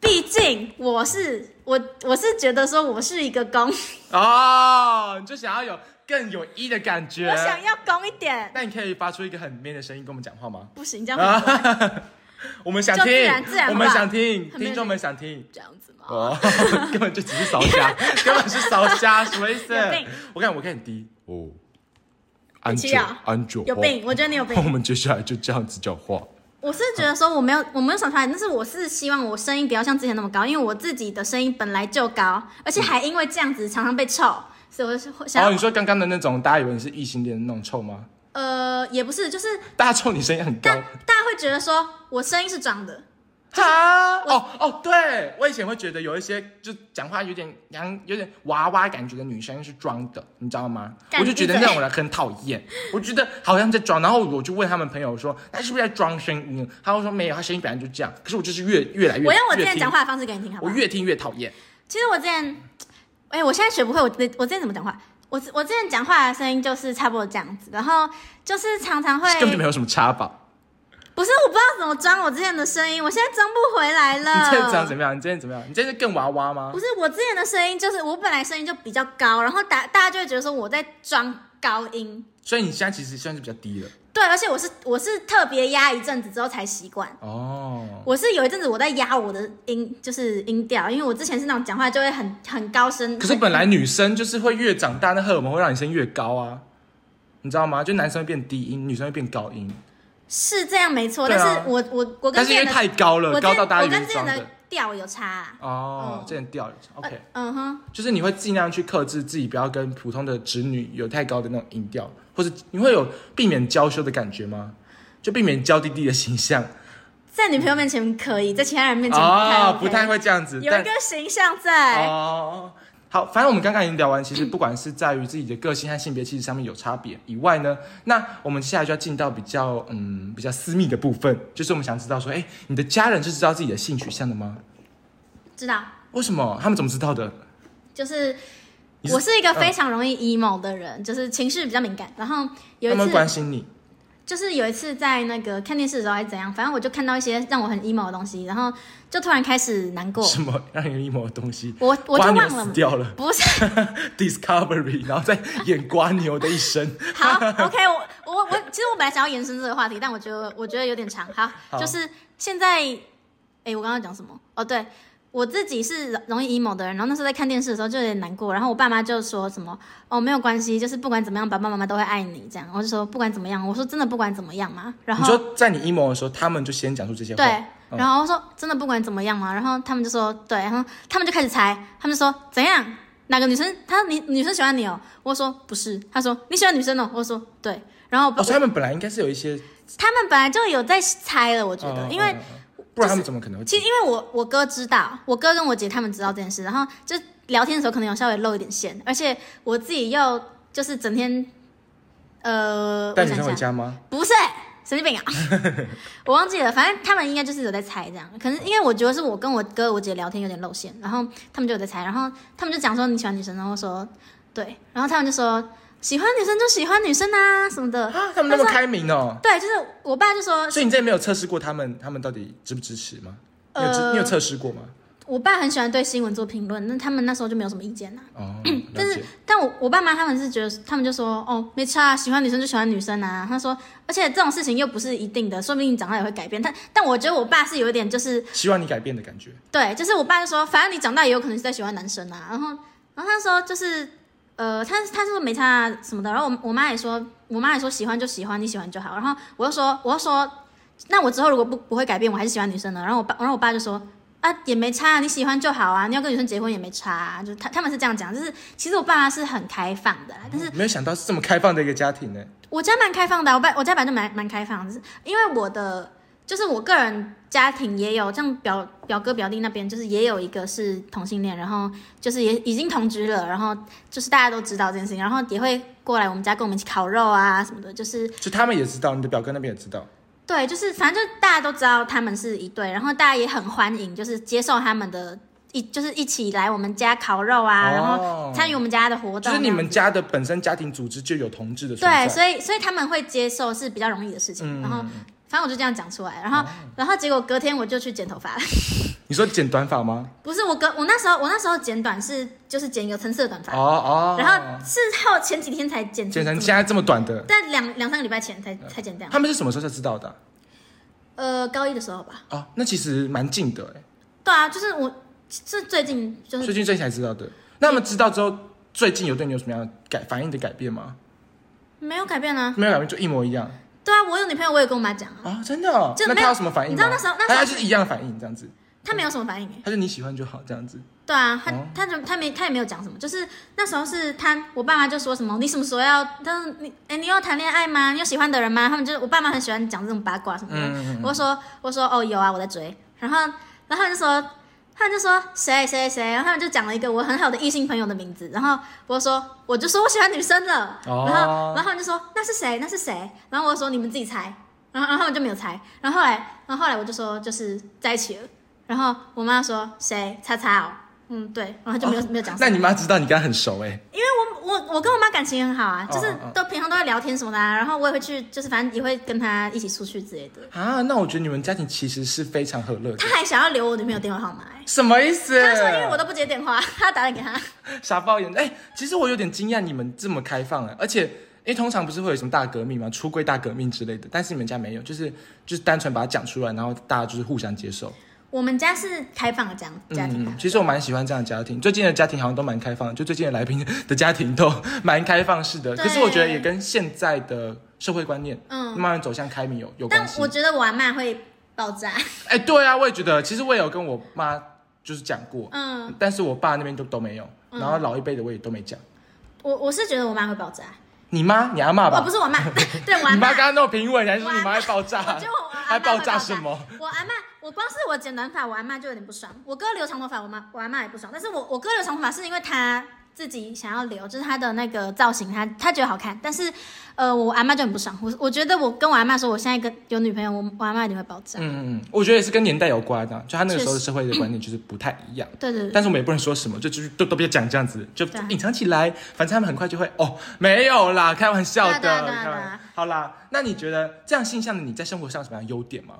Speaker 2: 毕竟我是我我是觉得说我是一个攻，
Speaker 1: 哦，你就想要有更有一的感觉。
Speaker 2: 我想要攻一点，
Speaker 1: 那你可以发出一个很 man 的声音跟我们讲话吗？
Speaker 2: 不行这样、
Speaker 1: 啊 我们想
Speaker 2: 就
Speaker 1: 听
Speaker 2: 自然自然，
Speaker 1: 我们
Speaker 2: 好不好
Speaker 1: 想听，
Speaker 2: 很 man
Speaker 1: 听众们想听。
Speaker 2: 这样子嘛。
Speaker 1: 哦， 根本就只是烧虾， 根本是烧虾，什么意思
Speaker 2: 有病？
Speaker 1: 我看我看很低哦，安
Speaker 2: 气啊
Speaker 1: 安久
Speaker 2: 有病，我觉得你有 病
Speaker 1: 哦。我们接下来就这样子讲话。
Speaker 2: 我是觉得说我没有我没有想出来，但是我是希望我声音不要像之前那么高，因为我自己的声音本来就高，而且还因为这样子常常被臭，所以我是会想
Speaker 1: 然
Speaker 2: 要、
Speaker 1: 后哦你说刚刚的那种，大家以为你是异性恋的那种臭吗？
Speaker 2: 呃也不是，就是
Speaker 1: 大家臭你声音很高
Speaker 2: 大大家会觉得说我声音是装的，
Speaker 1: 啊！哦哦，对我以前会觉得有一些就讲话有点娘、有点娃娃感觉的女生是装的，你知道吗？
Speaker 2: 干
Speaker 1: 我就觉得
Speaker 2: 闭
Speaker 1: 那
Speaker 2: 嘴
Speaker 1: 种人很讨厌， 我觉得好像在装。然后我就问他们朋友说：“那是不是在装声音？”他们说：“没有，他声音本来就这样。”可是我就是越越来越，
Speaker 2: 我用我之
Speaker 1: 越
Speaker 2: 前
Speaker 1: 听
Speaker 2: 讲话的方式给你听好不
Speaker 1: 我
Speaker 2: 好？
Speaker 1: 越听越讨厌。
Speaker 2: 其实我之前，哎、我现在学不会我我之前怎么讲话。我我之我之前讲话的声音就是差不多这样子，然后就是常常会
Speaker 1: 根本就没有什么差吧？
Speaker 2: 不是我不知道怎么装我之前的声音，我现在装不回来了。
Speaker 1: 你今天长怎么样？你今天怎么样？你今天是更娃娃吗
Speaker 2: 不？是我之前的声音，就是我本来声音就比较高，然后大大家就会觉得说我在装高音，
Speaker 1: 所以你现在其实算是比较低了
Speaker 2: 对，而且我是我是特别压一阵子之后才习惯。
Speaker 1: 哦。
Speaker 2: 我是有一阵子我在压我的音，就是音调，因为我之前是那种讲话就会很很高声。
Speaker 1: 可是本来女生就是会越长大，那荷尔蒙会让你声音越高啊，你知道吗？就男生会变低音，女生会变高音，
Speaker 2: 是这样没错，
Speaker 1: 对
Speaker 2: 但
Speaker 1: 啊
Speaker 2: 是我我我
Speaker 1: 但
Speaker 2: 跟
Speaker 1: 是
Speaker 2: 之
Speaker 1: 因为
Speaker 2: 前的
Speaker 1: 太高了，
Speaker 2: 我
Speaker 1: 高
Speaker 2: 跟
Speaker 1: 到大家
Speaker 2: 我
Speaker 1: 以为
Speaker 2: 跟
Speaker 1: 你
Speaker 2: 之前
Speaker 1: 装
Speaker 2: 的
Speaker 1: 的。
Speaker 2: 调有差啦。
Speaker 1: 哦
Speaker 2: 嗯，
Speaker 1: 这点掉了。OK，
Speaker 2: 呃嗯哼，
Speaker 1: 就是你会尽量去克制自己，不要跟普通的直女有太高的那种音调，或者你会有避免娇羞的感觉吗？就避免娇滴滴的形象
Speaker 2: 在女朋友面前可以，在其他人面前不太、
Speaker 1: 哦
Speaker 2: OK，
Speaker 1: 不太会这样子，
Speaker 2: 有一
Speaker 1: 但
Speaker 2: 个形象在。
Speaker 1: 哦，好，反正我们刚刚已经聊完，其实不管是在于自己的个性和性别气质上面有差别以外呢，那我们接下来就要进到比较嗯比较私密的部分，就是我们想知道说，哎，你的家人是知道自己的性取向的吗？
Speaker 2: 知道，
Speaker 1: 为什么？他们怎么知道的？
Speaker 2: 就是
Speaker 1: 你是嗯
Speaker 2: 我是一个非常容易 emo 的人，就是情绪比较敏感。然后有
Speaker 1: 他
Speaker 2: 一
Speaker 1: 们关
Speaker 2: 次，
Speaker 1: 心你
Speaker 2: 就是有一次在那个看电视的时候还是怎样，反正我就看到一些让我很 emo 的东西，然后就突然开始难过。
Speaker 1: 什么让人 emo 的东西？
Speaker 2: 我我就
Speaker 1: 瓜牛
Speaker 2: 忘了
Speaker 1: 死，掉了
Speaker 2: 不是
Speaker 1: ，Discovery，然后再演瓜牛的一生。
Speaker 2: 好，OK，我我我，其实我本来想要延伸这个话题，但我觉得我觉得有点长。好，
Speaker 1: 好
Speaker 2: 就是现在，哎、我刚刚讲什么？哦，对我自己是容易 emo 的人，然后那时候在看电视的时候就有点难过，然后我爸妈就说什么，哦，没有关系，就是不管怎么样，爸爸妈妈都会爱你这样。我就说不管怎么样，我说真的不管怎么样嘛。 然
Speaker 1: 你
Speaker 2: 后
Speaker 1: 说在你 emo 的时候，他们就先讲出这些话。
Speaker 2: 对，
Speaker 1: 嗯
Speaker 2: 然后我说真的不管怎么样嘛，然后他们就说对，然后他们就开始猜，他们就说怎样哪个女生，他说你女生喜欢你哦，我说不是，他说你喜欢女生哦，我说对，然后我
Speaker 1: 哦，所以他们本来应该是有一些，
Speaker 2: 他们本来就有在猜了，我觉得，
Speaker 1: 嗯
Speaker 2: 因为
Speaker 1: 嗯嗯不然他们怎么可能会
Speaker 2: 其实因为我我哥知道，我哥跟我姐他们知道这件事，然后就聊天的时候可能有稍微露一点线，而且我自己又就是整天，呃，
Speaker 1: 带女
Speaker 2: 我想
Speaker 1: 生回
Speaker 2: 想，
Speaker 1: 家吗？
Speaker 2: 不是神经 病啊，我忘记了，反正他们应该就是有在猜这样，可能因为我觉得是我跟我哥我姐聊天有点露馅，然后他们就有在猜，然后他们就讲说你喜欢女生，然后我说对，然后他们就说喜欢女生就喜欢女生啊呃什么的，
Speaker 1: 啊，他们那么开明哦。
Speaker 2: 对，就是我爸就说
Speaker 1: 所以你之前没有测试过他们，他们到底支不支持吗？你有支、
Speaker 2: 呃
Speaker 1: 你有测试过吗？
Speaker 2: 我爸很喜欢对新闻做评论，那他们那时候就没有什么意见呐、
Speaker 1: 哦，
Speaker 2: 但
Speaker 1: 了
Speaker 2: 是
Speaker 1: 解。，
Speaker 2: 但我我爸妈他们是觉得，他们就说，哦，没差、啊，喜欢女生就喜欢女生啊。他说，而且这种事情又不是一定的，说不定你长大也会改变。但但我觉得我爸是有一点就是，
Speaker 1: 希望你改变的感觉。
Speaker 2: 对，就是我爸就说，反正你长大也有可能是在喜欢男生啊。然后，然后他说就是，呃，他他说没差、啊、什么的。然后我我妈也说，我妈也说喜欢就喜欢，你喜欢就好。然后我又说，我又说，那我之后如果不不会改变，我还是喜欢女生的。然后我爸，然后我爸就说。啊，也没差、啊，你喜欢就好啊，你要跟女生结婚也没差、啊，就是他他们是这样讲，就是其实我爸妈是很开放的啦，但是
Speaker 1: 没有想到是这么开放的一个家庭呢。
Speaker 2: 我家蛮开放的啊，我爸我家本来就蛮蛮开放的，只是因为我的就是我个人家庭也有，像表表哥表弟那边就是也有一个是同性恋，然后就是也已经同居了，然后就是大家都知道这件事情，然后也会过来我们家跟我们一起烤肉啊什么的，就是
Speaker 1: 就他们也知道，你的表哥那边也知道。
Speaker 2: 对，就是反正就是大家都知道他们是一对，然后大家也很欢迎，就是接受他们的一就是一起来我们家烤肉啊，然后
Speaker 1: 哦
Speaker 2: 参与我们家的活动，
Speaker 1: 就是你们家的本身家庭组织就有同志的存在。
Speaker 2: 对，所以所以他们会接受是比较容易的事情。
Speaker 1: 嗯哦
Speaker 2: 然后反正我就这样讲出来，然后、然后结果隔天我就去剪头发了。
Speaker 1: 你说剪短发吗？
Speaker 2: 不是我隔我那时候我那时候剪短是就是剪一个层次的短发，
Speaker 1: 哦哦。
Speaker 2: 然后是后前几天才剪
Speaker 1: 剪成
Speaker 2: 这么
Speaker 1: 现在这么嗯短的，
Speaker 2: 但两两三个礼拜前才才剪掉。
Speaker 1: 他们是什么时候才知道的啊？
Speaker 2: 呃，高一的时候吧。
Speaker 1: 哦，那其实蛮近的哎，
Speaker 2: 对啊，就是我是最近就是
Speaker 1: 最近这才知道的。那他们知道之后，最近有对你有什么样的改反应的改变吗？
Speaker 2: 没有改变啊。
Speaker 1: 没有改变，就一模一样
Speaker 2: 对啊，我有女朋友，我也跟我妈讲啊，
Speaker 1: 啊、真的、哦？
Speaker 2: 就
Speaker 1: 那
Speaker 2: 没
Speaker 1: 他
Speaker 2: 有
Speaker 1: 有什么反应吗？
Speaker 2: 你知道那时候那时候
Speaker 1: 他就是一样的反应这样子，
Speaker 2: 她没有什么反应欸
Speaker 1: 他就你喜欢就好这样子。
Speaker 2: 对啊，他
Speaker 1: 哦
Speaker 2: 他就他没他也没有讲什么，就是那时候是他我爸妈就说什么你什么时候要，他说你哎、你有谈恋爱吗？你有喜欢的人吗？他们就我爸妈很喜欢讲这种八卦什么的，
Speaker 1: 嗯嗯嗯
Speaker 2: 我就说我就说哦有啊我在追，然后然后他们就说他们就说谁谁谁，然后他们就讲了一个我很好的异性朋友的名字，然后我就说我就说我喜欢女生了，
Speaker 1: 哦
Speaker 2: 然后然后他们就说那是谁那是谁，然后我就说你们自己猜，然后然后他们就没有猜，然后后来然后后来我就说就是在一起了。然后我妈说谁叉叉哦，嗯对，然后就没有、没有讲什
Speaker 1: 那
Speaker 2: 么。
Speaker 1: 你妈知道你跟他很熟哎、
Speaker 2: 因为我我我跟我妈感情很好啊，就是
Speaker 1: 嗯嗯嗯
Speaker 2: 都平常都在聊天什么的、啊，然后我也会去，就是反正也会跟她一起出去之类的。
Speaker 1: 啊，那我觉得你们家庭其实是非常和乐的
Speaker 2: 她。还想要留我女朋友电话号码、欸，
Speaker 1: 什么意思？
Speaker 2: 她说因为我都不接电话，她打电给她。
Speaker 1: 傻爆眼！哎、其实我有点惊讶你们这么开放哎、而且因为通常不是会有什么大革命嘛，出柜大革命之类的，但是你们家没有，就是就是单纯把它讲出来，然后大家就是互相接受。
Speaker 2: 我们家是开放的家家庭、啊
Speaker 1: 嗯，其实我蛮喜欢这样的家庭，最近的家庭好像都蛮开放的，就最近的来宾的家庭都蛮开放式的。
Speaker 2: 对
Speaker 1: 可是我觉得也跟现在的社会观念
Speaker 2: 嗯，
Speaker 1: 慢慢走向开明有有关
Speaker 2: 但
Speaker 1: 系
Speaker 2: 我。觉得我阿妈会爆炸，
Speaker 1: 哎、对啊，我也觉得，其实我也有跟我妈就是讲过，
Speaker 2: 嗯，
Speaker 1: 但是我爸那边都都没有，
Speaker 2: 嗯
Speaker 1: 然后老一辈的我也都没讲。
Speaker 2: 我我是觉得我妈会爆炸，
Speaker 1: 你妈，你阿妈吧？
Speaker 2: 哦，不是我妈， 对我阿
Speaker 1: 你妈
Speaker 2: 妈，
Speaker 1: 刚刚那么平稳，你还说你妈
Speaker 2: 我
Speaker 1: 会爆炸？
Speaker 2: 我觉得我阿
Speaker 1: 还
Speaker 2: 妈会
Speaker 1: 爆炸什么？
Speaker 2: 我阿妈，我光是我剪短发，我阿妈就有点不爽。我哥留长头发，我妈我阿妈也不爽。但是我我哥留长头发是因为他自己想要留，就是他的那个造型，他他觉得好看。但是呃，我阿妈就很不爽。我我觉得我跟我阿妈说，我现在跟有女朋友，我我阿妈一定会爆炸。
Speaker 1: 嗯嗯，嗯，我觉得也是跟年代有关的、就他那个时候的
Speaker 2: 确实
Speaker 1: 社会 的观念就是不太一样。
Speaker 2: 对对对，
Speaker 1: 但是我们也不能说什么，就就都都别讲这样子，就
Speaker 2: 对啊
Speaker 1: 隐藏起来。反正他们很快就会哦，没有啦，开玩笑的。
Speaker 2: 对啊对啊对啊
Speaker 1: 开玩
Speaker 2: 对啊
Speaker 1: 好啦，那你觉得这样性向的你在生活上有什么样的优点吗？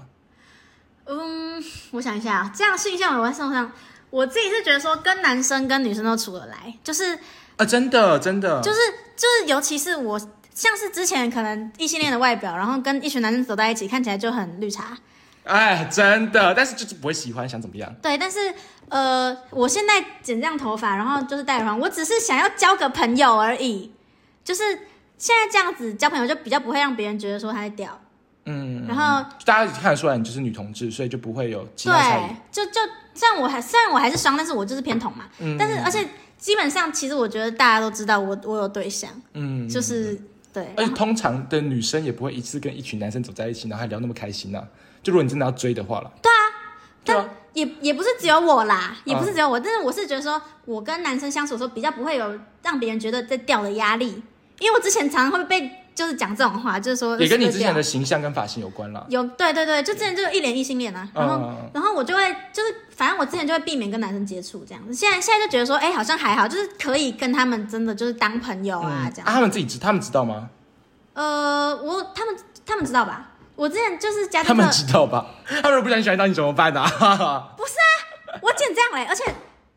Speaker 2: 嗯，我想一下啊，这样性向我在送上，我自己是觉得说跟男生跟女生都处得来，就是
Speaker 1: 啊，真的真的，
Speaker 2: 就是就是，尤其是我，像是之前可能异性恋的外表，然后跟一群男生走在一起，看起来就很绿茶。
Speaker 1: 哎，真的，但是就是不会喜欢，想怎么样？
Speaker 2: 对，但是呃，我现在剪这样头发，然后就是戴耳环，我只是想要交个朋友而已。就是现在这样子交朋友，就比较不会让别人觉得说他在屌。
Speaker 1: 嗯，
Speaker 2: 然后
Speaker 1: 大家看得出来你就是女同志，所以就不会有其他差异
Speaker 2: 对。，就就虽然我还虽然我还是双，但是我就是偏同嘛。
Speaker 1: 嗯
Speaker 2: 但是呃而且基本上，其实我觉得大家都知道我我有对象，
Speaker 1: 嗯，哎
Speaker 2: 就是对。
Speaker 1: 而且通常的女生也不会一次跟一群男生走在一起，然后还聊那么开心呐、就如果你真的要追的话了，对
Speaker 2: 但
Speaker 1: 啊
Speaker 2: 也也不是只有我啦，也不是
Speaker 1: 嗯
Speaker 2: 只有我，但是我是觉得说，我跟男生相处的时候比较不会有让别人觉得在掉的压力，因为我之前常常会被就是讲这种话，就是说
Speaker 1: 也跟你
Speaker 2: 是不
Speaker 1: 之
Speaker 2: 是
Speaker 1: 前的
Speaker 2: 掉
Speaker 1: 形象跟发型有关啦。
Speaker 2: 有对对对，就之前就一脸异性恋啊，然后、
Speaker 1: 嗯
Speaker 2: 然后我就会就是反正我之前就会避免跟男生接触这样子，现在现在就觉得说，哎、好像还好，就是可以跟他们真的就是当朋友啊、
Speaker 1: 嗯
Speaker 2: 这样。
Speaker 1: 他们自己知，他们知道吗？
Speaker 2: 呃，我他们他们知道吧？我之前就是家
Speaker 1: 他
Speaker 2: 庭
Speaker 1: 们
Speaker 2: 课，
Speaker 1: 知道吧？ 他们如果不想喜欢到你怎么办 啊？
Speaker 2: 我剪这样嘞、而且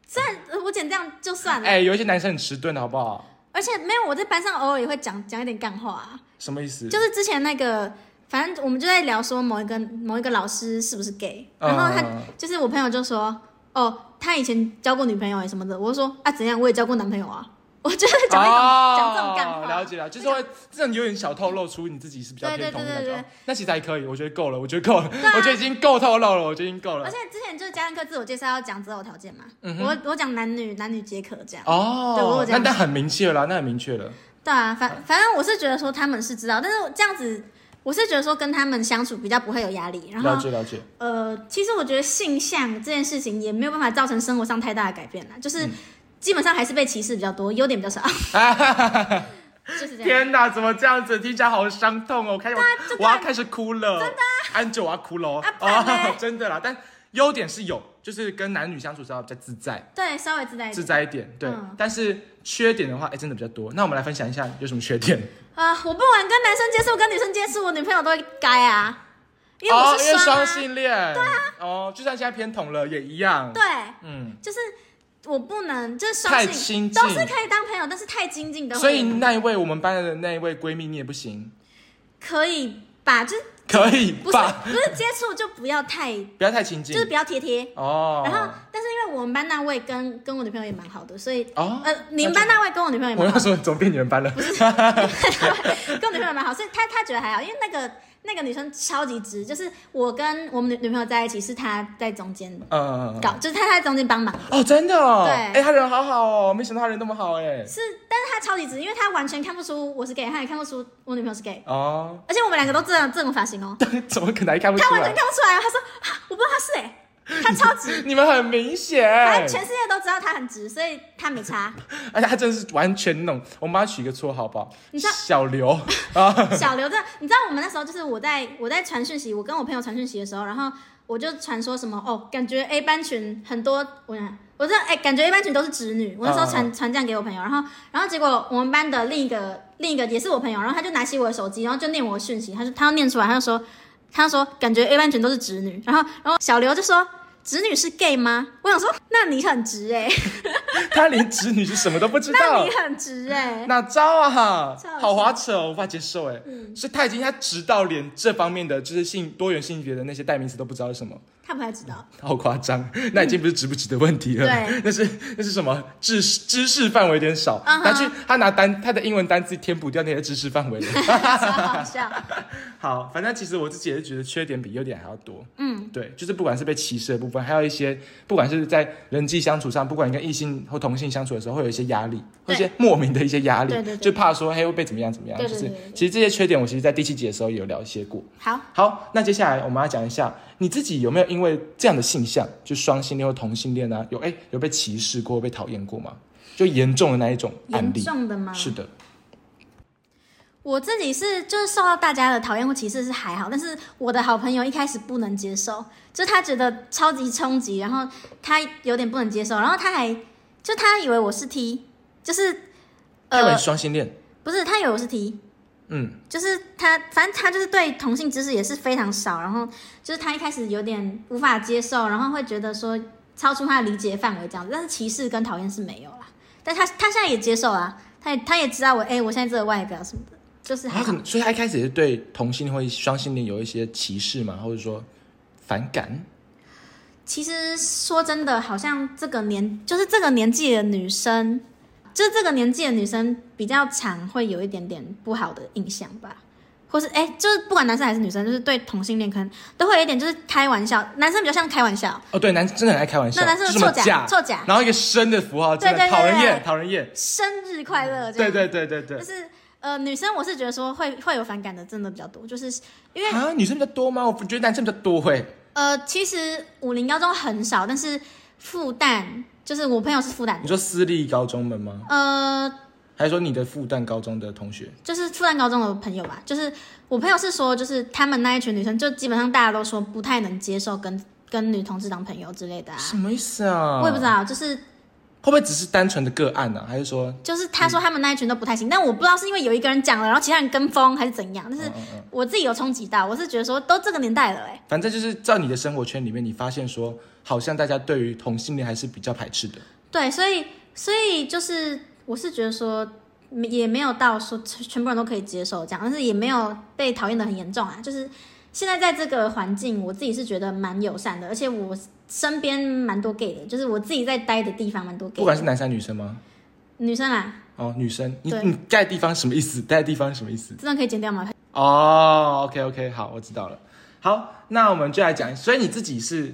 Speaker 2: 虽然呃我剪这样就算了，
Speaker 1: 哎、有一些男生很迟钝的好不好？
Speaker 2: 而且没有，我在班上偶尔也会讲讲一点干话、啊，
Speaker 1: 什么意思？
Speaker 2: 就是之前那个，反正我们就在聊说某一个某一个老师是不是 gay，
Speaker 1: 嗯
Speaker 2: 然后他、就是我朋友就说，哦，他以前交过女朋友欸什么的，我就说啊怎样，我也交过男朋友啊， 我就是讲这种、讲这种干
Speaker 1: 哦
Speaker 2: 话，
Speaker 1: 了解了，就是会这种有点小透露出你自己是比较
Speaker 2: 对
Speaker 1: 偏
Speaker 2: 对
Speaker 1: 同的
Speaker 2: 对
Speaker 1: 感
Speaker 2: 对
Speaker 1: 觉
Speaker 2: 对。
Speaker 1: 那其实还可以，我觉得够了，我觉得够了，
Speaker 2: 啊
Speaker 1: 我觉得已经够透露了，我觉得已经够
Speaker 2: 而
Speaker 1: 了。
Speaker 2: 且之前就是家政课自我介绍要讲择偶条件嘛，
Speaker 1: 嗯
Speaker 2: 我我讲男女男女皆可这样，对
Speaker 1: 哦
Speaker 2: 我有，这
Speaker 1: 那
Speaker 2: 样
Speaker 1: 那很明确了，那很明确了。
Speaker 2: 对啊，反反正我是觉得说他们是知道，但是这样子我是觉得说跟他们相处比较不会有压力，然后
Speaker 1: 了解了解，
Speaker 2: 呃，其实我觉得性向这件事情也没有办法造成生活上太大的改变啦，
Speaker 1: 嗯
Speaker 2: 就是基本上还是被歧视比较多，优点 比较少，就是这样。
Speaker 1: 天哪，怎么这样子？听起来好伤痛哦！我开始，我要开始哭了。真的、安九，我要哭了哦
Speaker 2: 啊不然嘞
Speaker 1: 真的啦，但优点是有，就是跟男女相处之后比较自在，
Speaker 2: 对，稍微自在一
Speaker 1: 自
Speaker 2: 点
Speaker 1: 在一点。对，
Speaker 2: 哎嗯
Speaker 1: 但是缺点的话，哎，真的比较多。那我们来分享一下有什么缺点？
Speaker 2: 啊、我不管跟男生接触，跟女生接触，我女朋友都会该啊，因为
Speaker 1: 哦
Speaker 2: 我，
Speaker 1: 因
Speaker 2: 是
Speaker 1: 为
Speaker 2: 双、
Speaker 1: 双
Speaker 2: 啊
Speaker 1: 性恋。对啊。哦，就算现在偏同了也一样。
Speaker 2: 对，
Speaker 1: 嗯，
Speaker 2: 就是我不能，就是双
Speaker 1: 太亲
Speaker 2: 性
Speaker 1: 近
Speaker 2: 都是可以当朋友，但是太亲近的
Speaker 1: 所以
Speaker 2: 会
Speaker 1: 那一位我们班的那一位闺蜜，你也不行，
Speaker 2: 可以吧，就是
Speaker 1: 可以
Speaker 2: 不是
Speaker 1: 吧？
Speaker 2: 不是接触就不要太，
Speaker 1: 不要太亲近。
Speaker 2: 就是不要贴贴。
Speaker 1: 哦。
Speaker 2: 然后，但是因为我们班那位跟跟我女朋友也蛮好的，所以
Speaker 1: 哦，
Speaker 2: 呃，你们班那位跟我女朋友也
Speaker 1: 我
Speaker 2: 蛮
Speaker 1: 要
Speaker 2: 好，
Speaker 1: 说怎么变你们班了？
Speaker 2: 跟我女朋友也蛮好，所以她她觉得还好，因为那个那个女生超级直，就是我跟我们女女朋友在一起是她在中间
Speaker 1: 嗯。
Speaker 2: 搞，就是她在中间帮忙，
Speaker 1: 哦，真的哦，
Speaker 2: 对
Speaker 1: 哎、他人好好哦，没想到他人那么好哎，
Speaker 2: 是，但是她超级直，因为她完全看不出我是 gay，她也看不出我女朋友是 gay，
Speaker 1: 哦，
Speaker 2: 而且我们两个都这样这种发型哦，
Speaker 1: 怎么可能还看不
Speaker 2: 她
Speaker 1: 出
Speaker 2: 完全
Speaker 1: 来？
Speaker 2: 看不出来哦，她说啊我不知道她是哎、他超直，
Speaker 1: 你们很明显，
Speaker 2: 反正全世界都知道他很直，所以他没差。
Speaker 1: 而哎且他真的是完全那种，我们帮他取一个绰号好不好？
Speaker 2: 你知道
Speaker 1: 小 刘，
Speaker 2: 小刘这，你知道我们那时候就是我在我在传讯息，我跟我朋友传讯息的时候，然后我就传说什么哦，感觉 A 班群很多，我想我这哎、感觉 A 班群都是直
Speaker 1: 嗯
Speaker 2: 女，我那时候传传这样给我朋友，然后然后结果我们班的另一个另一个也是我朋友，然后他就拿起我的手机，然后就念我的讯息，他就他要念出来，他就说他就说感觉 A 班群都是直女，然后然后小刘就说。直女是 gay 吗？我想说，那你很直哎、
Speaker 1: 他连侄女是什么都不知
Speaker 2: 那
Speaker 1: 道
Speaker 2: 你，很直哎、
Speaker 1: 哪招啊
Speaker 2: 超好？笑嗯
Speaker 1: 好滑扯哦，无法接受哎。所以他已经他直到连这方面的就是性多元性别的那些代名词都不知道是什么，
Speaker 2: 他不太知 道，
Speaker 1: 好夸张。那已经不是值不值的问题了，
Speaker 2: 嗯对，
Speaker 1: 那是那是什么知识知识范围有点少，
Speaker 2: 嗯哼
Speaker 1: 他去他拿单他的英文单词填补掉那些知识范围 了。
Speaker 2: 超好笑。
Speaker 1: 好，反正其实我自己也是觉得缺点比优点还要多。
Speaker 2: 嗯，
Speaker 1: 对，就是不管是被歧视的部分，还有一些不管是在人际相处上，不管你跟异性或同性相处的时候，会有一些压力，会有一些莫名的一些压力，
Speaker 2: 对对对
Speaker 1: 就怕说嘿会被怎么样怎么样。
Speaker 2: 对对对
Speaker 1: 就
Speaker 2: 对
Speaker 1: 是
Speaker 2: 对
Speaker 1: 其实这些缺点，我其实在第七集的时候也有聊一些过。
Speaker 2: 好，
Speaker 1: 好，那接下来我们要讲一下你自己有没有因为这样的性向，就双性恋或同性恋啊，有哎有被歧视过、被讨厌过吗？就严重的那一种案
Speaker 2: 严
Speaker 1: 例。
Speaker 2: 重的吗？
Speaker 1: 是的，
Speaker 2: 我自己是就是受到大家的讨厌或歧视是还好，但是我的好朋友一开始不能接受，就是他觉得超级冲击，然后他有点不能接受，然后他还就他以为我是 T，就是
Speaker 1: 他们
Speaker 2: 呃
Speaker 1: 双性恋，
Speaker 2: 不是他以为我是 T，
Speaker 1: 嗯，
Speaker 2: 就是他反正他就是对同性知识也是非常少，然后就是他一开始有点无法接受，然后会觉得说超出他的理解范围这样子，但是歧视跟讨厌是没有啦，但他他现在也接受啦，他也他也知道我哎、我现在这个外表什么的，就是
Speaker 1: 他
Speaker 2: 还好
Speaker 1: 啊可能，所以他一开始也是对同性恋或双性恋有一些歧视嘛，或者说反感。
Speaker 2: 其实说真的，好像这个年就是这个年纪的女生，就是这个年纪的女生比较常会有一点点不好的印象吧，或是哎、就是不管男生还是女生，就是对同性恋可能都会有一点就是开玩笑，男生比较像开玩笑，
Speaker 1: 哦，对，男真的很爱开玩笑，
Speaker 2: 那男生
Speaker 1: 就
Speaker 2: 的
Speaker 1: 什么
Speaker 2: 臭
Speaker 1: 假
Speaker 2: 甲臭甲
Speaker 1: 然后一个生的符号，真的
Speaker 2: 对对对
Speaker 1: 讨人厌，
Speaker 2: 对
Speaker 1: 讨人厌。
Speaker 2: 生日快乐这
Speaker 1: 对
Speaker 2: 样，
Speaker 1: 对对对对
Speaker 2: 就。是呃女生我是觉得说会会有反感的，真的比较多，就是因为
Speaker 1: 啊，女生比较多吗？我觉得男生比较多会。
Speaker 2: 呃其实五零高中很少，但是复旦就是我朋友是复旦
Speaker 1: 你
Speaker 2: 的，
Speaker 1: 说私立高中们吗？
Speaker 2: 呃
Speaker 1: 还是说你的复旦高中的同学？
Speaker 2: 就是复旦高中的朋友吧，就是我朋友是说，就是他们那一群女生，就基本上大家都说不太能接受跟跟女同志当朋友之类的啊。
Speaker 1: 什么意思啊？
Speaker 2: 我也不知，道，就是
Speaker 1: 会不会只是单纯的个案呢、啊？还是说，
Speaker 2: 就是他说他们那一群都不太行，但我不知道是因为有一个人讲了，然后其他人跟风还是怎样，但
Speaker 1: 嗯
Speaker 2: 是
Speaker 1: 嗯嗯，
Speaker 2: 我自己有冲击到，我是觉得说都这个年代了、欸，哎，
Speaker 1: 反正就是照你的生活圈里面，你发现说，好像大家对于同性恋还是比较排斥的。
Speaker 2: 对，所以所以就是我是觉得说也没有到说全全部人都可以接受这样，但是也没有被讨厌的很严重啊。就是现在在这个环境，我自己是觉得蛮友善的，而且我身边蛮多 gay 的，就是我自己在待的地方蛮多 gay，
Speaker 1: 不管是男生女生吗？
Speaker 2: 女生啊，
Speaker 1: 哦，女生，你
Speaker 2: 对
Speaker 1: 你盖的地方什么意思？盖的地方什么意思？
Speaker 2: 这段可以剪掉吗？
Speaker 1: 哦，OK OK，好，我知道了。好，那我们就来讲，所以你自己是，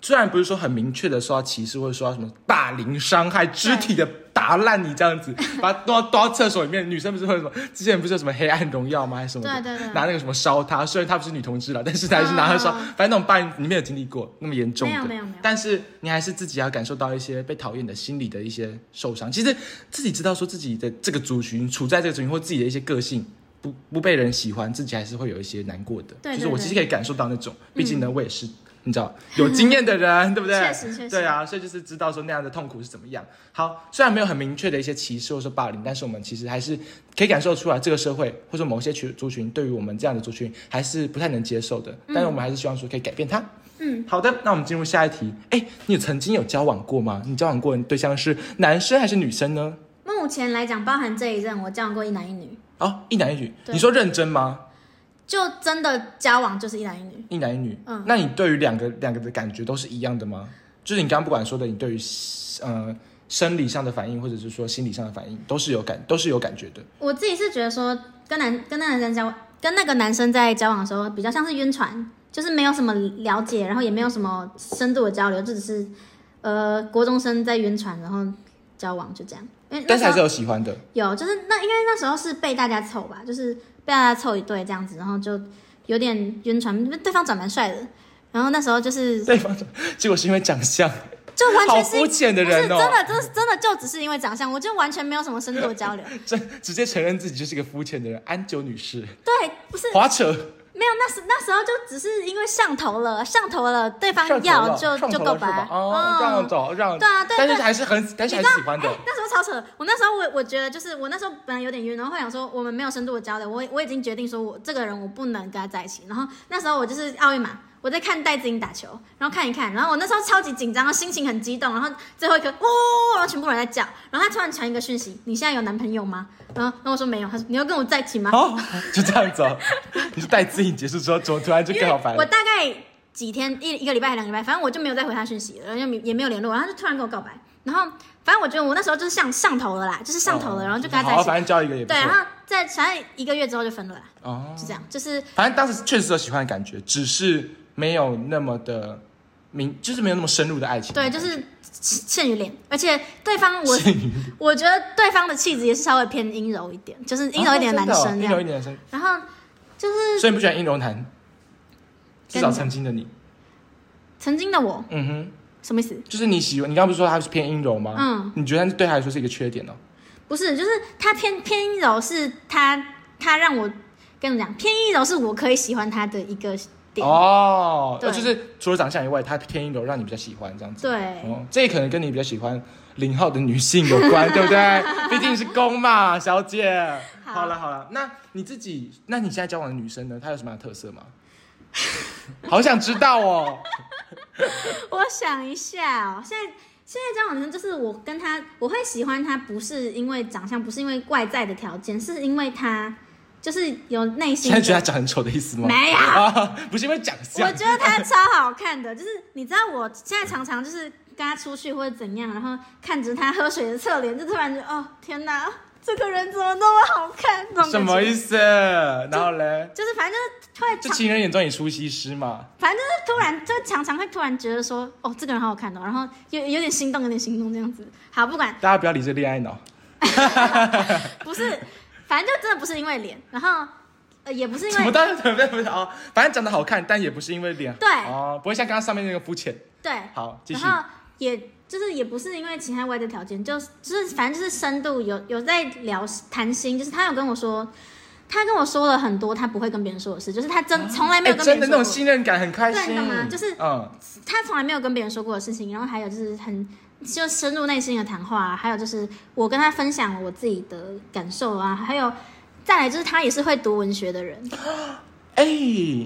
Speaker 1: 虽然不是说很明确的受到歧视或者受到什么霸凌、伤害、肢体的打烂你这样 子，把它丢到丢到厕所里面。女生不是会有什么？之前不是有什么黑暗荣耀吗？还是什么的？
Speaker 2: 对对对
Speaker 1: 拿那个什么烧她，虽然她不是女同志了，但是她还是拿她烧。
Speaker 2: 嗯
Speaker 1: 反正那种霸凌你没有经历过那么严重的，
Speaker 2: 没有没有没有
Speaker 1: 但是你还是自己要感受到一些被讨厌的心理的一些受伤。其实自己知道说自己的这个族群处在这个族群或自己的一些个性不不被人喜欢，自己还是会有一些难过的。
Speaker 2: 对对
Speaker 1: 就是我其实
Speaker 2: 对嗯
Speaker 1: 可以感受到那种，毕竟呢，我也是。你知道有经验的 人，对不对？
Speaker 2: 确实确实
Speaker 1: 对啊，所以就是知道说那样的痛苦是怎么样。好，虽然没有很明确的一些歧视或者说霸凌，但是我们其实还是可以感受出来，这个社会或者说某些群族群对于我们这样的族群还是不太能接受的。但是我们还是希望说可以改变它。
Speaker 2: 嗯，
Speaker 1: 好的，那我们进入下一题。哎，你曾经有交往过吗？你交往过的对象是男生还是女生呢？
Speaker 2: 目前来讲，包含这一任，我交往过一男一女，
Speaker 1: 哦，一男一女。
Speaker 2: 对
Speaker 1: 你说认真吗？
Speaker 2: 就真的交往就是一男一女。
Speaker 1: 一男一女。
Speaker 2: 嗯
Speaker 1: 那你对于两个两个的感觉都是一样的吗？就是你刚刚不管说的，你对于呃生理上的反应，或者是说心理上的反应，都是有感，都是有感觉的。
Speaker 2: 我自己是觉得说，跟男跟那男生交往，跟那个男生在交往的时候，比较像是晕船，就是没有什么了解，然后也没有什么深度的交流，就只是呃国中生在晕船，然后交往就这样。因为那
Speaker 1: 但是还
Speaker 2: 时
Speaker 1: 是
Speaker 2: 候
Speaker 1: 有喜欢的。
Speaker 2: 有，就是那因为那时候是被大家凑吧，就是被大家凑一对这样子，然后就有点晕船，对方长蛮帅的，然后那时候就是
Speaker 1: 对方说结果是因为长相，
Speaker 2: 就完
Speaker 1: 好
Speaker 2: 全是
Speaker 1: 肤浅的
Speaker 2: 不是
Speaker 1: 人
Speaker 2: 真
Speaker 1: 哦，
Speaker 2: 的，就是真的就只是因为长相，我就完全没有什么深度的交流。
Speaker 1: 这直接承认自己就是一个肤浅的人。安九女士，
Speaker 2: 对，不是
Speaker 1: 滑扯，
Speaker 2: 没有，那时那时候就只是因为上头了，上头了，对方
Speaker 1: 上头
Speaker 2: 要
Speaker 1: 了
Speaker 2: 就
Speaker 1: 上
Speaker 2: 就
Speaker 1: 头
Speaker 2: 告
Speaker 1: 了是吧
Speaker 2: 白，嗯
Speaker 1: 哦，这样走，让
Speaker 2: 对啊对
Speaker 1: 但是
Speaker 2: 对
Speaker 1: 还是很，但是还
Speaker 2: 你
Speaker 1: 是
Speaker 2: 知道
Speaker 1: 喜欢
Speaker 2: 哎、
Speaker 1: 的。
Speaker 2: 那时候超扯。我那时候我我觉得就是我那时候本来有点晕，然后后来想说我们没有深度的交流，我我已经决定说我这个人我不能跟他在一起。然后那时候我就是奥运嘛，我在看戴资颖打球，然后看一看，然后我那时候超级紧张，然后心情很激动，然后最后一刻哇、然后全部人在叫，然后他突然传一个讯息：“你现在有男朋友吗？”然后然后我说没有，他说：“你要跟我在一起吗？”
Speaker 1: 哦，就这样子哦。 你是带自己结束之后，怎么突 然就
Speaker 2: 因
Speaker 1: 更
Speaker 2: 为
Speaker 1: 好烦
Speaker 2: 我
Speaker 1: 了？
Speaker 2: 大概几天一一个礼拜还两个礼拜，反正我就没有再回他讯息了，然后就也没有联络，然后他就突然跟我告白，然后反正我觉得我那时候就是上上头了啦，就是上头了，
Speaker 1: 哦
Speaker 2: 然后就跟他在
Speaker 1: 好，
Speaker 2: 一起，
Speaker 1: 反正交一个也不
Speaker 2: 对，然
Speaker 1: 错。
Speaker 2: 后在反正一个月之后就分了啦，
Speaker 1: 哦，
Speaker 2: 就这样，就是
Speaker 1: 反正当时确实有喜欢的感觉，只是没有那么的明，就是没有那么深入的爱情。
Speaker 2: 对，就是欠于脸，而且对方 我
Speaker 1: 是
Speaker 2: 我觉得对方的气质也是稍微偏阴柔一点，就是阴柔一点的男生这
Speaker 1: 阴柔一啊哦
Speaker 2: 样，
Speaker 1: 点的男生，
Speaker 2: 然后就是
Speaker 1: 所以你不喜欢阴柔男，至少
Speaker 2: 跟你讲
Speaker 1: 曾经的你，
Speaker 2: 曾经的我
Speaker 1: 嗯哼，
Speaker 2: 什么意思？
Speaker 1: 就是你喜欢，你刚刚不是说他是偏阴柔吗？
Speaker 2: 嗯，
Speaker 1: 你觉得对他来说是一个缺点哦？
Speaker 2: 不是，就是他偏偏阴柔是他他让我跟你讲，偏阴柔是我可以喜欢他的一个点。
Speaker 1: 哦，
Speaker 2: 对
Speaker 1: 呃就是除了长相以外，他偏阴柔让你比较喜欢这样子。
Speaker 2: 对，
Speaker 1: 哦，这可能跟你比较喜欢零号的女性有关，对不 对？毕竟是公嘛，小姐。
Speaker 2: 好
Speaker 1: 好了好了，那你自己，那你现在交往的女生呢？她有什么样的特色吗？ 好想知道 哦。
Speaker 2: 我想一下哦，现在现在交往的人就是我跟他，我会喜欢他，不是因为长相，不是因为外在的条件，是因为他就是有内心
Speaker 1: 现在觉得她
Speaker 2: 的。
Speaker 1: 长很丑的意思吗？
Speaker 2: 没有，
Speaker 1: 啊， 不是因为长
Speaker 2: 我
Speaker 1: 相，
Speaker 2: 觉得他超好看的，就是你知道，我现在常常就是跟他出去或者怎样，然后看着他喝水的侧脸，就突然觉得哦天哪，这个人怎么那么好看？这种
Speaker 1: 什么意
Speaker 2: 思？
Speaker 1: 思？然后嘞，
Speaker 2: 就是反正就是突然
Speaker 1: 就
Speaker 2: 常
Speaker 1: 情人眼中也出西施嘛。
Speaker 2: 反正就是突然，就常常会突然觉得说，哦，这个人好好看哦，然后有有点心动，有点心动这样子。好，不管
Speaker 1: 大家不要理这恋爱脑，
Speaker 2: 不是，反正就真的不是因为脸，然后呃也不是 因
Speaker 1: 什么
Speaker 2: 为
Speaker 1: 大家不要不要哦，反正长得好看，但也不是因为脸。
Speaker 2: 对
Speaker 1: 哦，不会像刚刚上面那个肤浅。
Speaker 2: 对，
Speaker 1: 好，继
Speaker 2: 然
Speaker 1: 续。
Speaker 2: 后也就是也不是因为其他外在条件，就是就是反正就是深度有有在聊谈心，就是他有跟我说，他跟我说了很多他不会跟别人说的事，就是他真从来
Speaker 1: 哎，
Speaker 2: 没有跟别
Speaker 1: 真
Speaker 2: 人
Speaker 1: 的
Speaker 2: 说
Speaker 1: 那
Speaker 2: 过
Speaker 1: 种。信任感很开
Speaker 2: 对
Speaker 1: 心，
Speaker 2: 你懂吗就是
Speaker 1: 嗯，
Speaker 2: 他从来没有跟别人说过的事情，然后还有就是很就深入内心的谈话、啊，还有就是我跟他分享我自己的感受啊，还有再来就是他也是会读文学的人，
Speaker 1: 哎、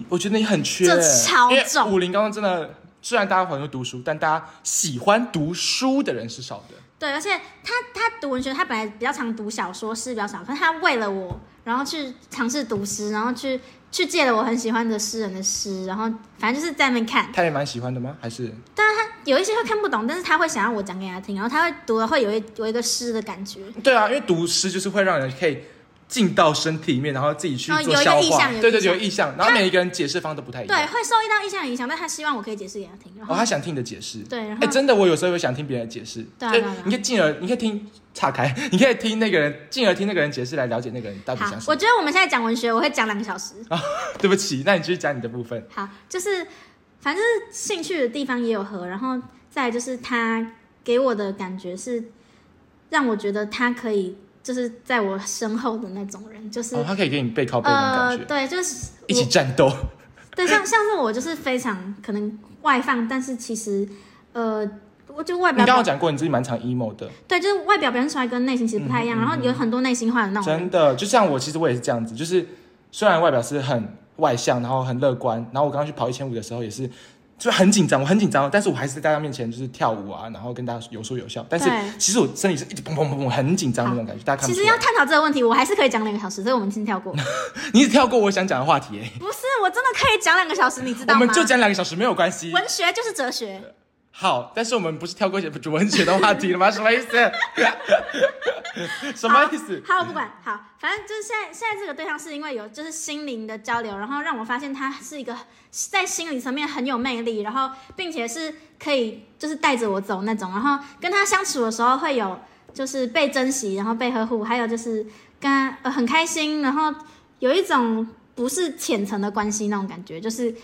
Speaker 1: 我觉得你很缺，
Speaker 2: 这超
Speaker 1: 因为
Speaker 2: 重
Speaker 1: 武林高中真的，虽然大家很会读书，但大家喜欢读书的人是少的。
Speaker 2: 对，而且他他读文学，他本来比较常读小说、诗比较少，可是他为了我，然后去尝试读诗，然后去去借了我很喜欢的诗人的诗，然后反正就是在那边看，
Speaker 1: 他也蛮喜欢的吗？还是
Speaker 2: 有一些会看不懂，但是他会想要我讲给他听，然后他会读了会有一有一个诗的感觉，
Speaker 1: 对啊，因为读诗就是会让人可以进到身体里面，然后自己去
Speaker 2: 哦
Speaker 1: 做
Speaker 2: 有一个
Speaker 1: 消
Speaker 2: 意
Speaker 1: 化。
Speaker 2: 向有一
Speaker 1: 对
Speaker 2: 个
Speaker 1: 对，
Speaker 2: 意向
Speaker 1: 有意向。然后每一个人解释方式都不太一
Speaker 2: 对，
Speaker 1: 样。
Speaker 2: 会受到一到意象影响，但他希望我可以解释给他听，然后
Speaker 1: 哦，他想听你的解释。
Speaker 2: 对，然
Speaker 1: 哎、
Speaker 2: 后、
Speaker 1: 真的，我有时候会想听别人的解释。
Speaker 2: 对啊
Speaker 1: 哎
Speaker 2: 对啊对啊
Speaker 1: 你可以进而，你可以听岔开， 你可以听那个人，进而听那个人解释来了解那个人到底
Speaker 2: 好
Speaker 1: 想，什
Speaker 2: 我
Speaker 1: 么。
Speaker 2: 觉得我们现在讲文学，我会讲两个小时。
Speaker 1: 对不起，那你继续讲你的部分。
Speaker 2: 好，就是反正兴趣的地方也有合，然后再来就是他给我的感觉是，让我觉得他可以就是在我身后的那种人，就是、
Speaker 1: 哦，他可以给你背靠背那种
Speaker 2: 呃
Speaker 1: 感觉，
Speaker 2: 对，就是
Speaker 1: 一起
Speaker 2: 我
Speaker 1: 战斗。
Speaker 2: 对像像是我就是非常可能外放，但是其实呃，我就外
Speaker 1: 你
Speaker 2: 表
Speaker 1: 刚刚讲过你自己蛮常 emo 的，
Speaker 2: 对，就是外表表现出来跟内心其实不太一
Speaker 1: 嗯
Speaker 2: 样，
Speaker 1: 嗯嗯嗯
Speaker 2: 然后有很多内心话的那种人。
Speaker 1: 真的，就像我，其实我也是这样子，就是虽然外表是很外向，然后很乐观，然后我刚刚去跑一千五的时候也是。就很紧张，我很紧张，但是我还是在大家面前就是跳舞啊，然后跟大家有说有笑。但是
Speaker 2: 对
Speaker 1: 其实我身体是一直砰砰砰砰，很紧张那种感觉，大家看
Speaker 2: 其
Speaker 1: 不出
Speaker 2: 实要
Speaker 1: 来。
Speaker 2: 探讨这个问题，我还是可以讲两个小时，所以我们先跳过。
Speaker 1: 你一直跳过我想讲的话题、欸，
Speaker 2: 不是，我真的可以讲两个小时，你知道
Speaker 1: 我
Speaker 2: 吗？
Speaker 1: 们就讲两个小时没有关系。
Speaker 2: 文学就是哲学，
Speaker 1: 好，但是我们不是跳过主文学的话题 了吗？什么意思？什么意思？
Speaker 2: 好，我不管，好，反正就是现在现在这个对象是因为有就是心灵的交流，然后让我发现他是一个在心理层面很有魅力，然后并且是可以就是带着我走那种，然后跟他相处的时候会有就是被珍惜，然后被呵护，还有就是跟他、呃、很开心，然后有一种不是浅层的关系那种感觉，就是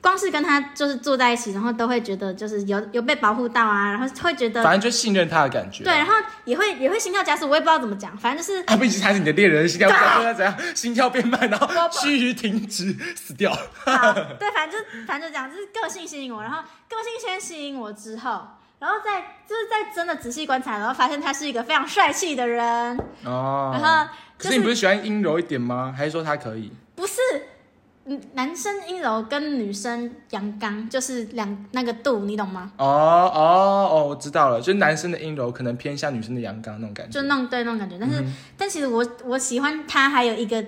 Speaker 2: 光是跟他就是坐在一起，然后都会觉得就是有有被保护到啊，然后会觉得
Speaker 1: 反正就信任他的感觉。
Speaker 2: 对，啊然后也会也会心跳加速，我也不知道怎么讲，反正 就是
Speaker 1: 啊，毕竟他是你的恋人，心跳不知道怎样， 心跳变慢，然后趋于停止，死掉。
Speaker 2: 好，对，反正就反正就这样，就是个性吸引我，然后个性先吸引我之后，然后再就是在真的仔细观察，然后发现他是一个非常帅气的人，
Speaker 1: 哦，
Speaker 2: 然后
Speaker 1: 可
Speaker 2: 啊就是
Speaker 1: 你不是喜欢阴柔一点吗？还是说他可以？
Speaker 2: 不是，嗯男生阴柔跟女生阳刚就是两那个度，你懂吗？
Speaker 1: 哦哦哦，我知道了，就是男生的阴柔可能偏向女生的阳刚那种感觉
Speaker 2: 就。那种对那种感觉，但是、但其实我我喜欢他还有一个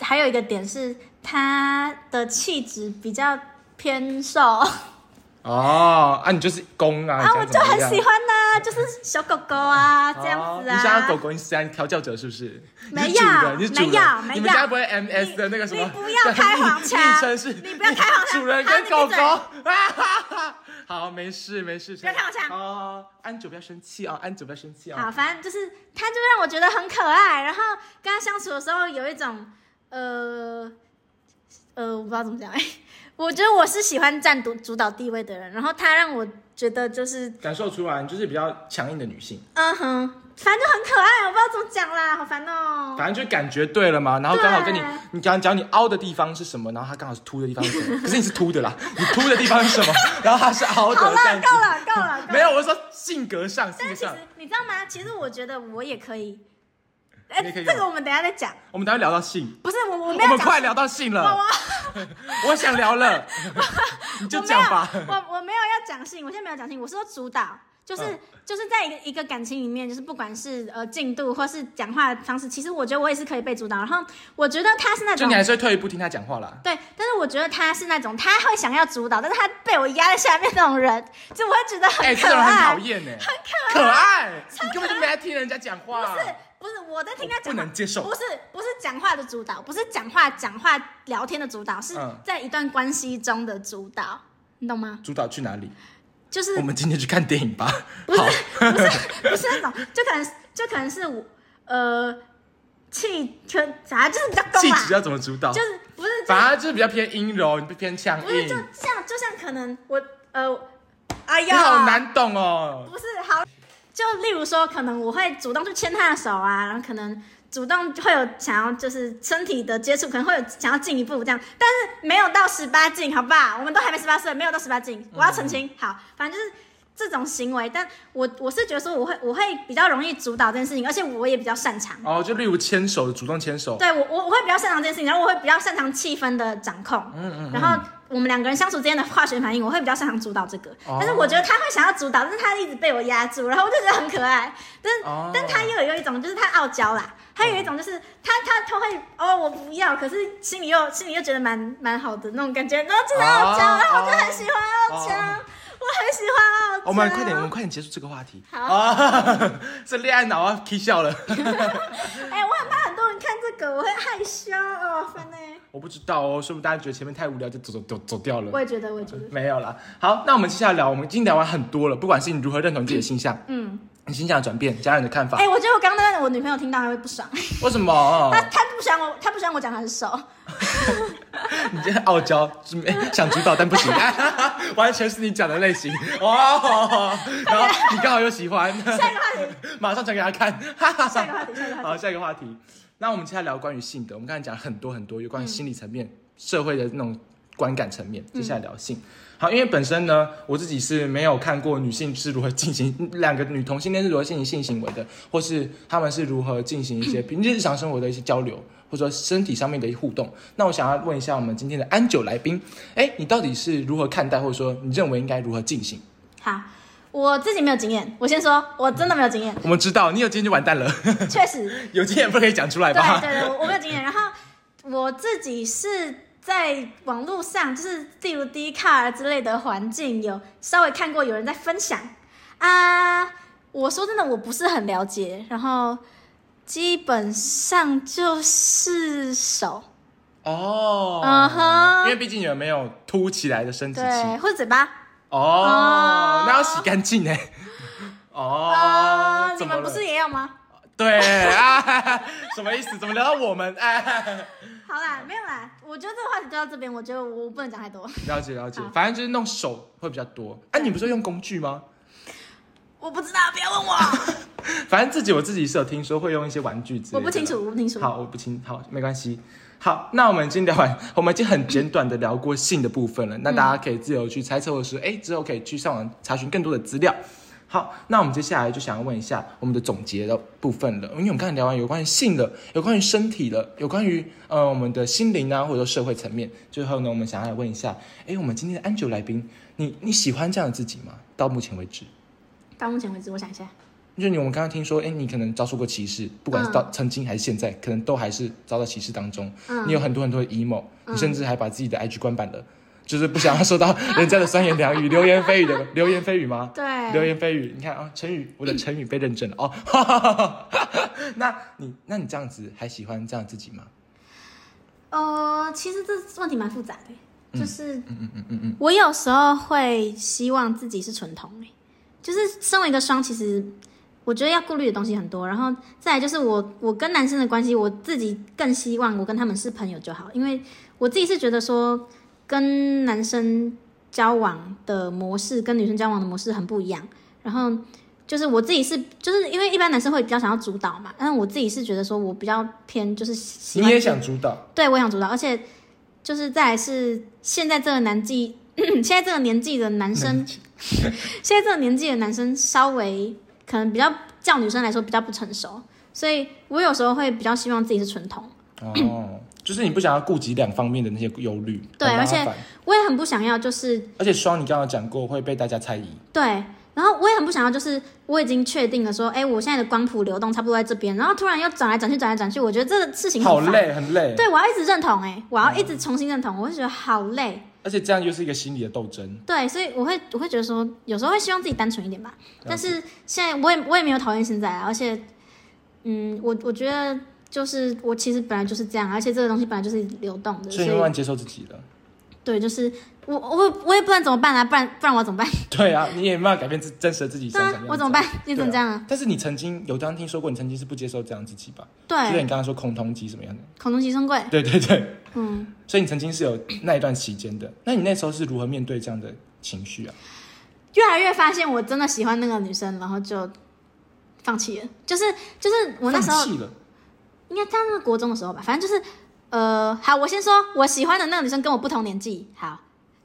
Speaker 2: 还有一个点是他的气质比较偏瘦，啊，
Speaker 1: 哦，啊，你就是攻啊，
Speaker 2: 我
Speaker 1: 你
Speaker 2: 就
Speaker 1: 想
Speaker 2: 很
Speaker 1: 怎么
Speaker 2: 喜
Speaker 1: 样？
Speaker 2: 欢呐、就是小狗狗 啊这样子
Speaker 1: 哦你想
Speaker 2: 啊
Speaker 1: 要狗。狗，你是想调教者是不是？
Speaker 2: 没有
Speaker 1: 你是主人，你是主人
Speaker 2: 没有没有
Speaker 1: 你们家不会 M S 的那个什么？
Speaker 2: 你不要开黄 腔
Speaker 1: 昵称是，
Speaker 2: 你不要开黄腔
Speaker 1: 主人
Speaker 2: 好
Speaker 1: 跟
Speaker 2: 你闭
Speaker 1: 狗狗
Speaker 2: 嘴
Speaker 1: 啊哈哈。 好，没事没事，
Speaker 2: 不要开黄腔
Speaker 1: 哦，安九不要生气哦，安九不要生气哦。
Speaker 2: 好，反正就是他，就让我觉得很可爱。然后跟他相处的时候，有一种呃呃，我不知道怎么讲哎、 我觉得我是喜欢占主主导地位的人。然后他让我觉得就是
Speaker 1: 感受出来，你就是比较强硬的女性，
Speaker 2: 嗯哼，反正就很可爱，我不知道怎么讲啦，好烦哦、
Speaker 1: 反正就感觉对了嘛。然后刚好跟你
Speaker 2: 对，
Speaker 1: 你刚讲你凹的地方是什么，然后他刚好是凸的地方是什 么，可是你是凸的啦，你凸的地方是什么，然后他是凹的
Speaker 2: 好
Speaker 1: 这
Speaker 2: 啦，
Speaker 1: 样子
Speaker 2: 够。 了，够了，够了。
Speaker 1: 没有，我是说性格上，性格
Speaker 2: 但其实
Speaker 1: 上，
Speaker 2: 你知道吗？其实我觉得我也可以。哎、
Speaker 1: 你也可以
Speaker 2: 这个我们等一下再讲。
Speaker 1: 我们等一下聊到性。
Speaker 2: 不是我，我没
Speaker 1: 我
Speaker 2: 有
Speaker 1: 们
Speaker 2: 讲。
Speaker 1: 快聊到性了， 我想聊 了，你就这样吧。
Speaker 2: 我没有，我我没有要讲性，我现在没有讲性，我是说主导，就是、
Speaker 1: 嗯
Speaker 2: 就是在一个一个感情里面，就是不管是呃进度或是讲话的方式，其实我觉得我也是可以被主导。然后我觉得他是那
Speaker 1: 就
Speaker 2: 种
Speaker 1: 你还是会退一步听他讲话啦。
Speaker 2: 对，但是我觉得他是那种他会想要主导，但是他被我压在下面那种人，就我会觉得
Speaker 1: 哎、
Speaker 2: 很
Speaker 1: 这
Speaker 2: 可
Speaker 1: 种人很
Speaker 2: 爱。
Speaker 1: 讨厌呢，很可爱，你根本就没在听人家讲话。
Speaker 2: 不是不是，我在听他
Speaker 1: 啊我
Speaker 2: 讲
Speaker 1: 不
Speaker 2: 话，
Speaker 1: 能接受
Speaker 2: 不是不是讲话的主导，不是讲话讲话聊天的主导，是
Speaker 1: 嗯
Speaker 2: 在一段关系中的主导，你懂吗？
Speaker 1: 主导去哪里？
Speaker 2: 就是
Speaker 1: 我们今天去看电影吧。
Speaker 2: 不是
Speaker 1: 好，
Speaker 2: 不是不是那种，就可能是就可能是我呃气可啥就是比较攻
Speaker 1: 气
Speaker 2: 啦
Speaker 1: 质，啊要怎么主导？
Speaker 2: 就是不是就
Speaker 1: 反而就是比较偏阴柔，你偏强
Speaker 2: 不是
Speaker 1: 硬
Speaker 2: 就，像就像可能我呃哎
Speaker 1: 你
Speaker 2: 呀
Speaker 1: 好难懂哦。
Speaker 2: 不是好，就例如说可能我会主动去牵他的手啊，然后可能。主动会有想要就是身体的接触，可能会有想要进一步这样，但是没有到十八禁，好不好？我们都还没十八岁，没有到十八禁，我要澄清。好，反正就是这种行为，但我我是觉得说我会我会比较容易主导这件事情，而且我也比较擅长。
Speaker 1: 哦，就例如牵手，主动牵手，
Speaker 2: 对我我我会比较擅长这件事情，然后我会比较擅长气氛的掌控，
Speaker 1: 嗯
Speaker 2: 然后我们两个人相处之间的化学反应，我会比较擅长主导这个。
Speaker 1: 哦
Speaker 2: 但是我觉得他会想要主导，但是他一直被我压住，然后我就觉得很可爱。但是、
Speaker 1: 哦
Speaker 2: 但他又有一种就是他傲娇啦，还有一种就是他他他会哦我不要，可是心里又心里又觉得蛮蛮好的那种感觉，然后真的傲娇，
Speaker 1: 哦
Speaker 2: 然后我就很喜欢傲娇，
Speaker 1: 哦
Speaker 2: 我很喜欢傲娇。
Speaker 1: 我们快点，我们快点结束这个话题。
Speaker 2: 啊好
Speaker 1: 啊，这恋爱脑啊，K 笑了。
Speaker 2: 哎、我很怕很多人看这个，我会害羞哦，烦呢、
Speaker 1: 我不知道哦，说不定大家觉得前面太无聊就走走走走掉了
Speaker 2: 我。也觉得，我也觉得，
Speaker 1: 没有啦。好，那我们接下来聊，我们已经聊完很多了，不管是你如何认同自己的性向，
Speaker 2: 嗯。
Speaker 1: 你性向的转变，家人的看法，
Speaker 2: 哎、我觉得我刚刚那个我女朋友听到还会不爽，
Speaker 1: 为什么
Speaker 2: 她她不喜欢我，她不喜欢我讲她很熟，
Speaker 1: 你这样傲娇，是哎想主导但不行， 完全是你讲的类型哦。然后你刚好又喜欢，
Speaker 2: 下一个话题，
Speaker 1: 马上传给他看。哈哈
Speaker 2: 下一个话题，下一个话题。
Speaker 1: 好，下一个话题。那我们现在聊关于性的，我们刚才讲了很多很多有关于
Speaker 2: 嗯
Speaker 1: 心理层面、社会的那种观感层面。接下来聊性。好，因为本身呢，我自己是没有看过女性是如何进行两个女同性恋是如何进行性行为的，或是她们是如何进行一些平日常生活的一些交流，或者说身体上面的一些互动。那我想要问一下我们今天的安九来宾，哎，你到底是如何看待，或者说你认为应该如何进行？
Speaker 2: 好，我自己没有经验，我先说，我真的没有经验，
Speaker 1: 我们知道你有经验就完蛋了，
Speaker 2: 确实，
Speaker 1: 有经验不可以讲出来
Speaker 2: 对
Speaker 1: 吧？
Speaker 2: 对对，我我没有经验。然后我自己是在网络上，就是例如 d c a r 之类的环境，有稍微看过有人在分享啊。我说真的，我不是很了解，然后基本上就是手，
Speaker 1: 哦，
Speaker 2: 嗯哼
Speaker 1: 因为毕竟你们没有凸起来的生殖器
Speaker 2: 对，或者嘴巴。
Speaker 1: 哦
Speaker 2: 哦，
Speaker 1: 那要洗干 净哎。哦
Speaker 2: 啊，，你
Speaker 1: 怎么
Speaker 2: 们
Speaker 1: 了
Speaker 2: 不是也有吗？
Speaker 1: 对啊？什么意思？怎么聊到我们？哎，
Speaker 2: 好啦，没有啦，我觉得这个话题就到这边，我觉得我不能讲太多。
Speaker 1: 了解了解
Speaker 2: 好，
Speaker 1: 反正就是弄手会比较多。哎、你不是会用工具吗？
Speaker 2: 我不知道，不要问我，
Speaker 1: 反正自己我自己是有听说会用一些玩具之类的。
Speaker 2: 我不清。楚，我不清楚。
Speaker 1: 好，我不清，好，没关系。好，那我们已经聊完，我们已经很简短的聊过性的部分了。那大家可以自由去猜测，或者是哎、之后可以去上网查询更多的资料。好，那我们接下来就想要问一下我们的总结的部分了，因为我们刚才聊完有关于性的，有关于身体的，有关于呃我们的心灵啊，或者说社会层面。最后呢，我们想要来问一下，哎，我们今天的安久来宾，你你喜欢这样的自己吗？到目前为止，
Speaker 2: 到目前为止，我想一下，
Speaker 1: 就你我们刚刚听说，哎，你可能遭受过歧视，不管是
Speaker 2: 嗯
Speaker 1: 到、曾经还是现在，可能都还是遭到歧视当中。
Speaker 2: 嗯
Speaker 1: 你有很多很多的 emo，、你
Speaker 2: 嗯
Speaker 1: 甚至还把自己的 IG 关版了，就是不想要受到人家的酸言良语、流言蜚语的 流言蜚语吗？
Speaker 2: 对，
Speaker 1: 流言蜚语，你看啊、成语，我的成语被认证了哦。 哈哈哈哈那你那你这样子还喜欢这样自己吗？
Speaker 2: 呃，其实这问题蛮复杂的，就是
Speaker 1: 嗯嗯嗯嗯嗯，
Speaker 2: 我有时候会希望自己是纯同诶，就是身为一个双，其实我觉得要顾虑的东西很多。然后再来就是我我跟男生的关系，我自己更希望我跟他们是朋友就好，因为我自己是觉得说跟男生交往的模式跟女生交往的模式很不一样。然后就是我自己是就是因为一般男生会比较想要主导嘛，但是我自己是觉得说我比较偏就是喜
Speaker 1: 你
Speaker 2: 欢
Speaker 1: 也想主导？
Speaker 2: 对，我想主导，而且就是再来是现在这个年纪， 现在这个年纪的男生， 现在这个年纪的男生稍微可能比较叫女生来说比较不成熟，所以我有时候会比较希望自己是纯童，
Speaker 1: 哦，就是你不想要顾及两方面的那些忧虑，
Speaker 2: 对
Speaker 1: 很麻
Speaker 2: 而且
Speaker 1: 烦
Speaker 2: 我也很不想要就是
Speaker 1: 而且双你刚刚讲过会被大家猜疑，
Speaker 2: 对，然后我也很不想要，就是我已经确定了说，哎，我现在的光谱流动差不多在这边，然后突然又转来转去，转来转去，我觉得这个事情很
Speaker 1: 好
Speaker 2: 烦。
Speaker 1: 累很累，
Speaker 2: 对，我要一直认同、哎，我要一直重新认同，我会觉得好累。
Speaker 1: 而且这样又是一个心理的斗争。
Speaker 2: 对，所以我会我会觉得说，有时候会希望自己单纯一点吧。
Speaker 1: 解
Speaker 2: 但是现在我也我也没有讨厌现在啊，而且，嗯，我我觉得就是我其实本来就是这样，而且这个东西本来就是流动的，
Speaker 1: 所
Speaker 2: 所
Speaker 1: 以你慢慢
Speaker 2: 以
Speaker 1: 接受自己了，
Speaker 2: 对，就是我我我也不能怎么办啊，不然不然我怎么办？
Speaker 1: 对啊，你也没办法改变自真实的自己
Speaker 2: 对
Speaker 1: 想
Speaker 2: 啊
Speaker 1: 长，
Speaker 2: 我怎么办？你怎么这样啊？
Speaker 1: 啊？但是你曾经有刚听说过，你曾经是不接受这样自己吧？就是
Speaker 2: 对，啊
Speaker 1: 你刚刚说空通机什么样的？
Speaker 2: 孔同极生贵，
Speaker 1: 对对对，
Speaker 2: 嗯，
Speaker 1: 所以你曾经是有那一段期间的，那你那时候是如何面对这样的情绪啊？
Speaker 2: 越来越发现我真的喜欢那个女生，然后就放弃了。就是就是我那时候
Speaker 1: 放弃了，
Speaker 2: 应该当是国中的时候吧，反正就是，呃，好，我先说，我喜欢的那个女生跟我不同年纪，好，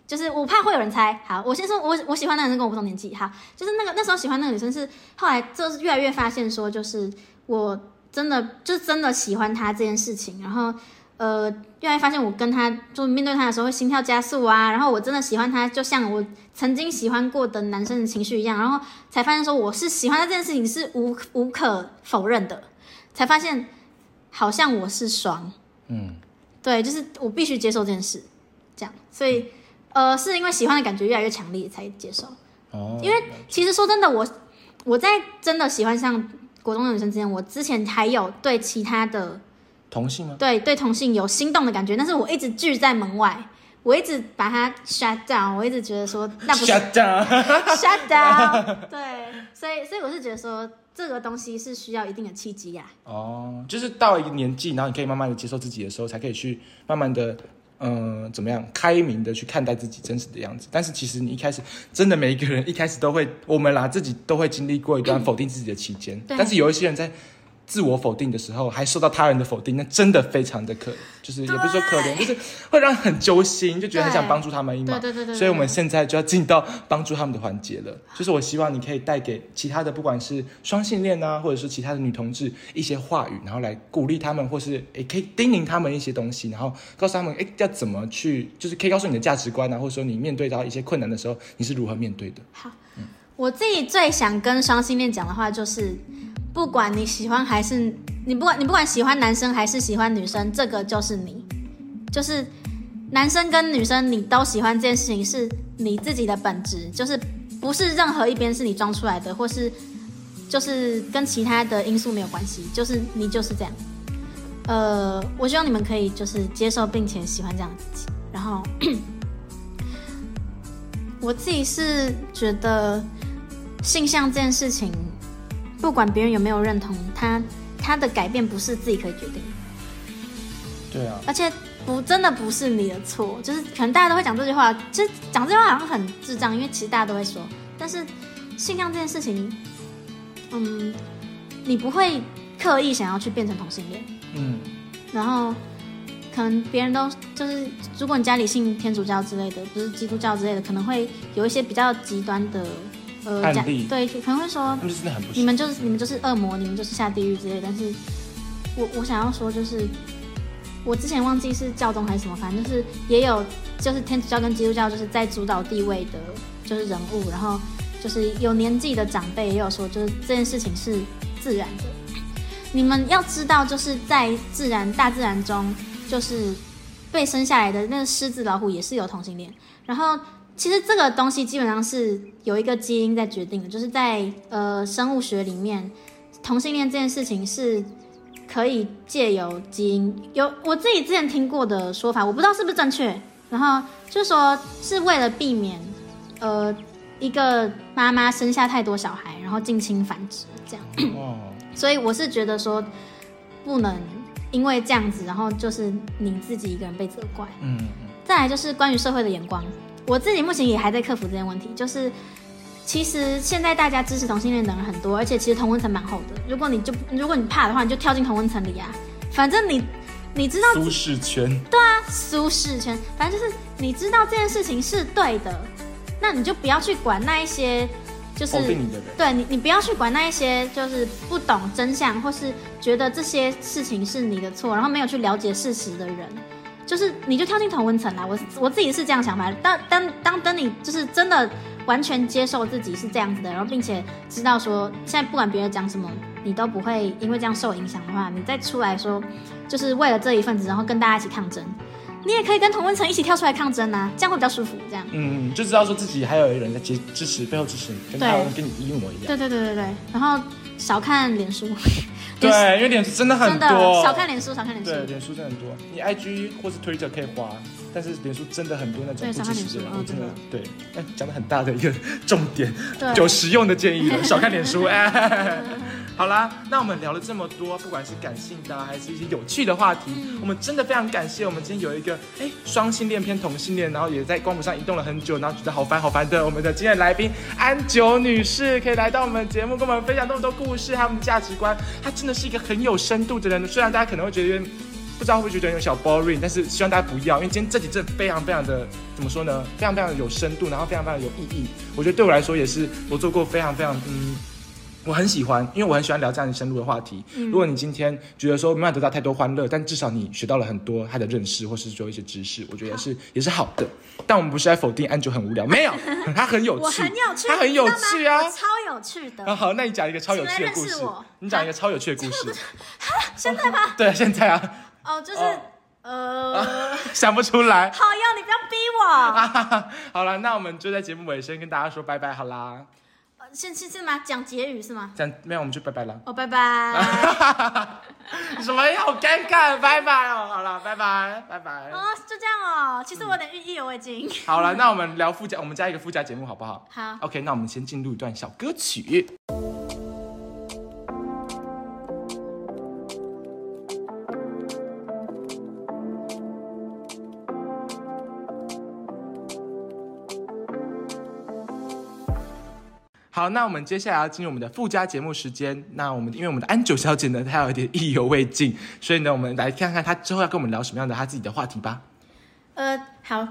Speaker 2: 就是我怕会有人猜，好，我先说我我喜欢的那个女生跟我不同年纪，好，就是那个那时候喜欢那个女生是后来就是越来越发现说，就是我真的就是真的喜欢她这件事情，然后呃，越来越发现我跟她就面对她的时候会心跳加速啊，然后我真的喜欢她，就像我曾经喜欢过的男生的情绪一样，然后才发现说我是喜欢她这件事情是无无可否认的，才发现。好像我是双，
Speaker 1: 嗯，
Speaker 2: 对，就是我必须接受这件事，这样，所以、呃，是因为喜欢的感觉越来越强烈才接受。
Speaker 1: 哦，
Speaker 2: 因为其实说真的，我我在真的喜欢上国中的女生之前，我之前还有对其他的
Speaker 1: 同性吗？
Speaker 2: 对对同性有心动的感觉，但是我一直拒在门外，我一直把它 shut down，我一直觉得说那不是
Speaker 1: Shut down，
Speaker 2: shut down，对，所以所以我是觉得说这个东西是需要一定的契机呀、啊
Speaker 1: 哦，就是到一个年纪，然后你可以慢慢的接受自己的时候，才可以去慢慢的，嗯、怎么样，开明的去看待自己真实的样子。但是其实你一开始，真的每一个人一开始都会，我们啦自己都会经历过一段否定自己的期间。
Speaker 2: 对
Speaker 1: 但是有一些人在自我否定的时候，还受到他人的否定，那真的非常的可，就是也不是说可怜，就是会让人很揪心，就觉得很想
Speaker 2: 对
Speaker 1: 帮助他们一
Speaker 2: 对
Speaker 1: 忙。
Speaker 2: 对对对对
Speaker 1: 所以我们现在就要进到帮助他们的环节了。就是我希望你可以带给其他的，不管是双性恋啊，或者是其他的女同志一些话语，然后来鼓励他们，或是也可以叮咛他们一些东西，然后告诉他们，哎，要怎么去，就是可以告诉你的价值观啊，或者说你面对到一些困难的时候，你是如何面对的。
Speaker 2: 我自己最想跟双性恋讲的话就是，不管你喜欢还是你不管你不管喜欢男生还是喜欢女生，这个就是你，就是男生跟女生你都喜欢这件事情是你自己的本质，就是不是任何一边是你装出来的，或是就是跟其他的因素没有关系，就是你就是这样。呃，我希望你们可以就是接受并且喜欢这样的自己，然后我自己是觉得性向这件事情，不管别人有没有认同，他他的改变不是自己可以决定的。
Speaker 1: 对啊，
Speaker 2: 而且不真的不是你的错，就是可能大家都会讲这句话，其实讲这句话好像很智障，因为其实大家都会说，但是性向这件事情，嗯，你不会刻意想要去变成同性恋，
Speaker 1: 嗯，
Speaker 2: 然后可能别人都就是，如果你家里信天主教之类的，不是基督教之类的，可能会有一些比较极端的呃
Speaker 1: 案
Speaker 2: 讲
Speaker 1: 例
Speaker 2: 对，可能会说
Speaker 1: 他们真的很不
Speaker 2: 你
Speaker 1: 行。
Speaker 2: 们就是你们就是恶魔，你们就是下地狱之类的。但是我我想要说就是，我之前忘记是教宗还是什么，反正就是也有就是天主教跟基督教就是在主导地位的，就是人物，然后就是有年纪的长辈也有说，就是这件事情是自然的。你们要知道，就是在自然大自然中，就是被生下来的那个狮子、老虎也是有同性恋。然后，其实这个东西基本上是有一个基因在决定的，就是在呃生物学里面，同性恋这件事情是可以借由基因有我自己之前听过的说法，我不知道是不是正确。然后就是说是为了避免呃一个妈妈生下太多小孩，然后近亲繁殖这样。
Speaker 1: 哦，
Speaker 2: 所以我是觉得说，不能因为这样子，然后就是你自己一个人被责怪。
Speaker 1: 嗯，
Speaker 2: 再来就是关于社会的眼光，我自己目前也还在克服这些问题。就是其实现在大家支持同性恋的人很多，而且其实同温层蛮厚的。如果你就如果你怕的话，你就跳进同温层里啊。反正你你知道
Speaker 1: 舒适圈，
Speaker 2: 舒适圈，反正就是你知道这件事情是对的，那你就不要去管那一些就是
Speaker 1: 否哦定你的人
Speaker 2: 对你，你不要去管那一些就是不懂真相或是觉得这些事情是你的错，然后没有去了解事实的人，就是你就跳进同温层啦。我是我自己是这样想法，当当当等你就是真的完全接受自己是这样子的，然后并且知道说现在不管别人讲什么，你都不会因为这样受影响的话，你再出来说就是为了这一份子，然后跟大家一起抗争。你也可以跟同温层一起跳出来抗争啊，这样会比较舒服。这样，
Speaker 1: 嗯，就知道说自己还有人在支支持，背后支持你，跟
Speaker 2: 对
Speaker 1: 他们跟你一模一样。
Speaker 2: 对对对对对。然后少看脸书，
Speaker 1: 对
Speaker 2: 脸书，
Speaker 1: 因为脸书真的很
Speaker 2: 真的
Speaker 1: 多，
Speaker 2: 少看脸书，少看脸
Speaker 1: 对，
Speaker 2: 书。
Speaker 1: 脸书真的很多，你 IG 或是 Twitter 可以滑，但是脸书真的很多那种
Speaker 2: 对
Speaker 1: 不支持的人，
Speaker 2: 少看脸书
Speaker 1: 我真的
Speaker 2: 哦
Speaker 1: 对，哎，讲的很大的一个重点，
Speaker 2: 对
Speaker 1: 有实用的建议了，少看脸书。哎，好啦，那我们聊了这么多，不管是感性的啊、还是一些有趣的话题，我们真的非常感谢我们今天有一个哎双性恋偏同性恋，然后也在光谱上移动了很久，然后觉得好烦好烦的我们的今天的来宾安九女士，可以来到我们节目，跟我们分享这么多故事，还有我们的价值观。她真的是一个很有深度的人，虽然大家可能会觉得有点不知道会不会觉得有点小 boring，但是希望大家不要，因为今天这集真的非常非常的怎么说呢？非常非常的有深度，然后非常非常的有意义。我觉得对我来说也是我做过非常非常嗯。我很喜欢，因为我很喜欢聊这样深入的话题。
Speaker 2: 嗯
Speaker 1: 如果你今天觉得说没有得到太多欢乐，但至少你学到了很多他的认识，或是说一些知识，我觉得也是也是好的。但我们不是在否定安九很无聊， 没有，他很有
Speaker 2: 我
Speaker 1: 趣，
Speaker 2: 很有趣，
Speaker 1: 他很有趣啊
Speaker 2: 你知道吗我。超有趣
Speaker 1: 啊，
Speaker 2: 的。
Speaker 1: 好，那你讲一个超有趣的故
Speaker 2: 请来认
Speaker 1: 事
Speaker 2: 识我，
Speaker 1: 你讲一个超有趣 的故事。
Speaker 2: 现在 吧，
Speaker 1: 对，现在啊，
Speaker 2: 哦，就是
Speaker 1: 哦
Speaker 2: 呃，
Speaker 1: 想不出来。
Speaker 2: 好呀，你不要逼我。
Speaker 1: 啊哈哈， 好了，那我们就在节目尾声跟大家说拜拜好啦。
Speaker 2: 呃是是是吗？讲结语是吗？
Speaker 1: 这样没有我们就拜拜 了。
Speaker 2: 哦，拜拜。
Speaker 1: 什么呀？好尴尬，拜拜哦。好了，拜拜，拜拜。
Speaker 2: 哦，就这样哦。其实我有点意犹未尽。
Speaker 1: 好了，那我们聊附加，我们加一个附加节目好不好？
Speaker 2: 好
Speaker 1: OK，那我们先进入一段小歌曲。好，那我们接下来要进入我们的附加节目时间。那我们因为我们的安九小姐呢，她有点意犹未尽，所以呢，我们来看看她之后要跟我们聊什么样的她自己的话题吧。
Speaker 2: 呃，好，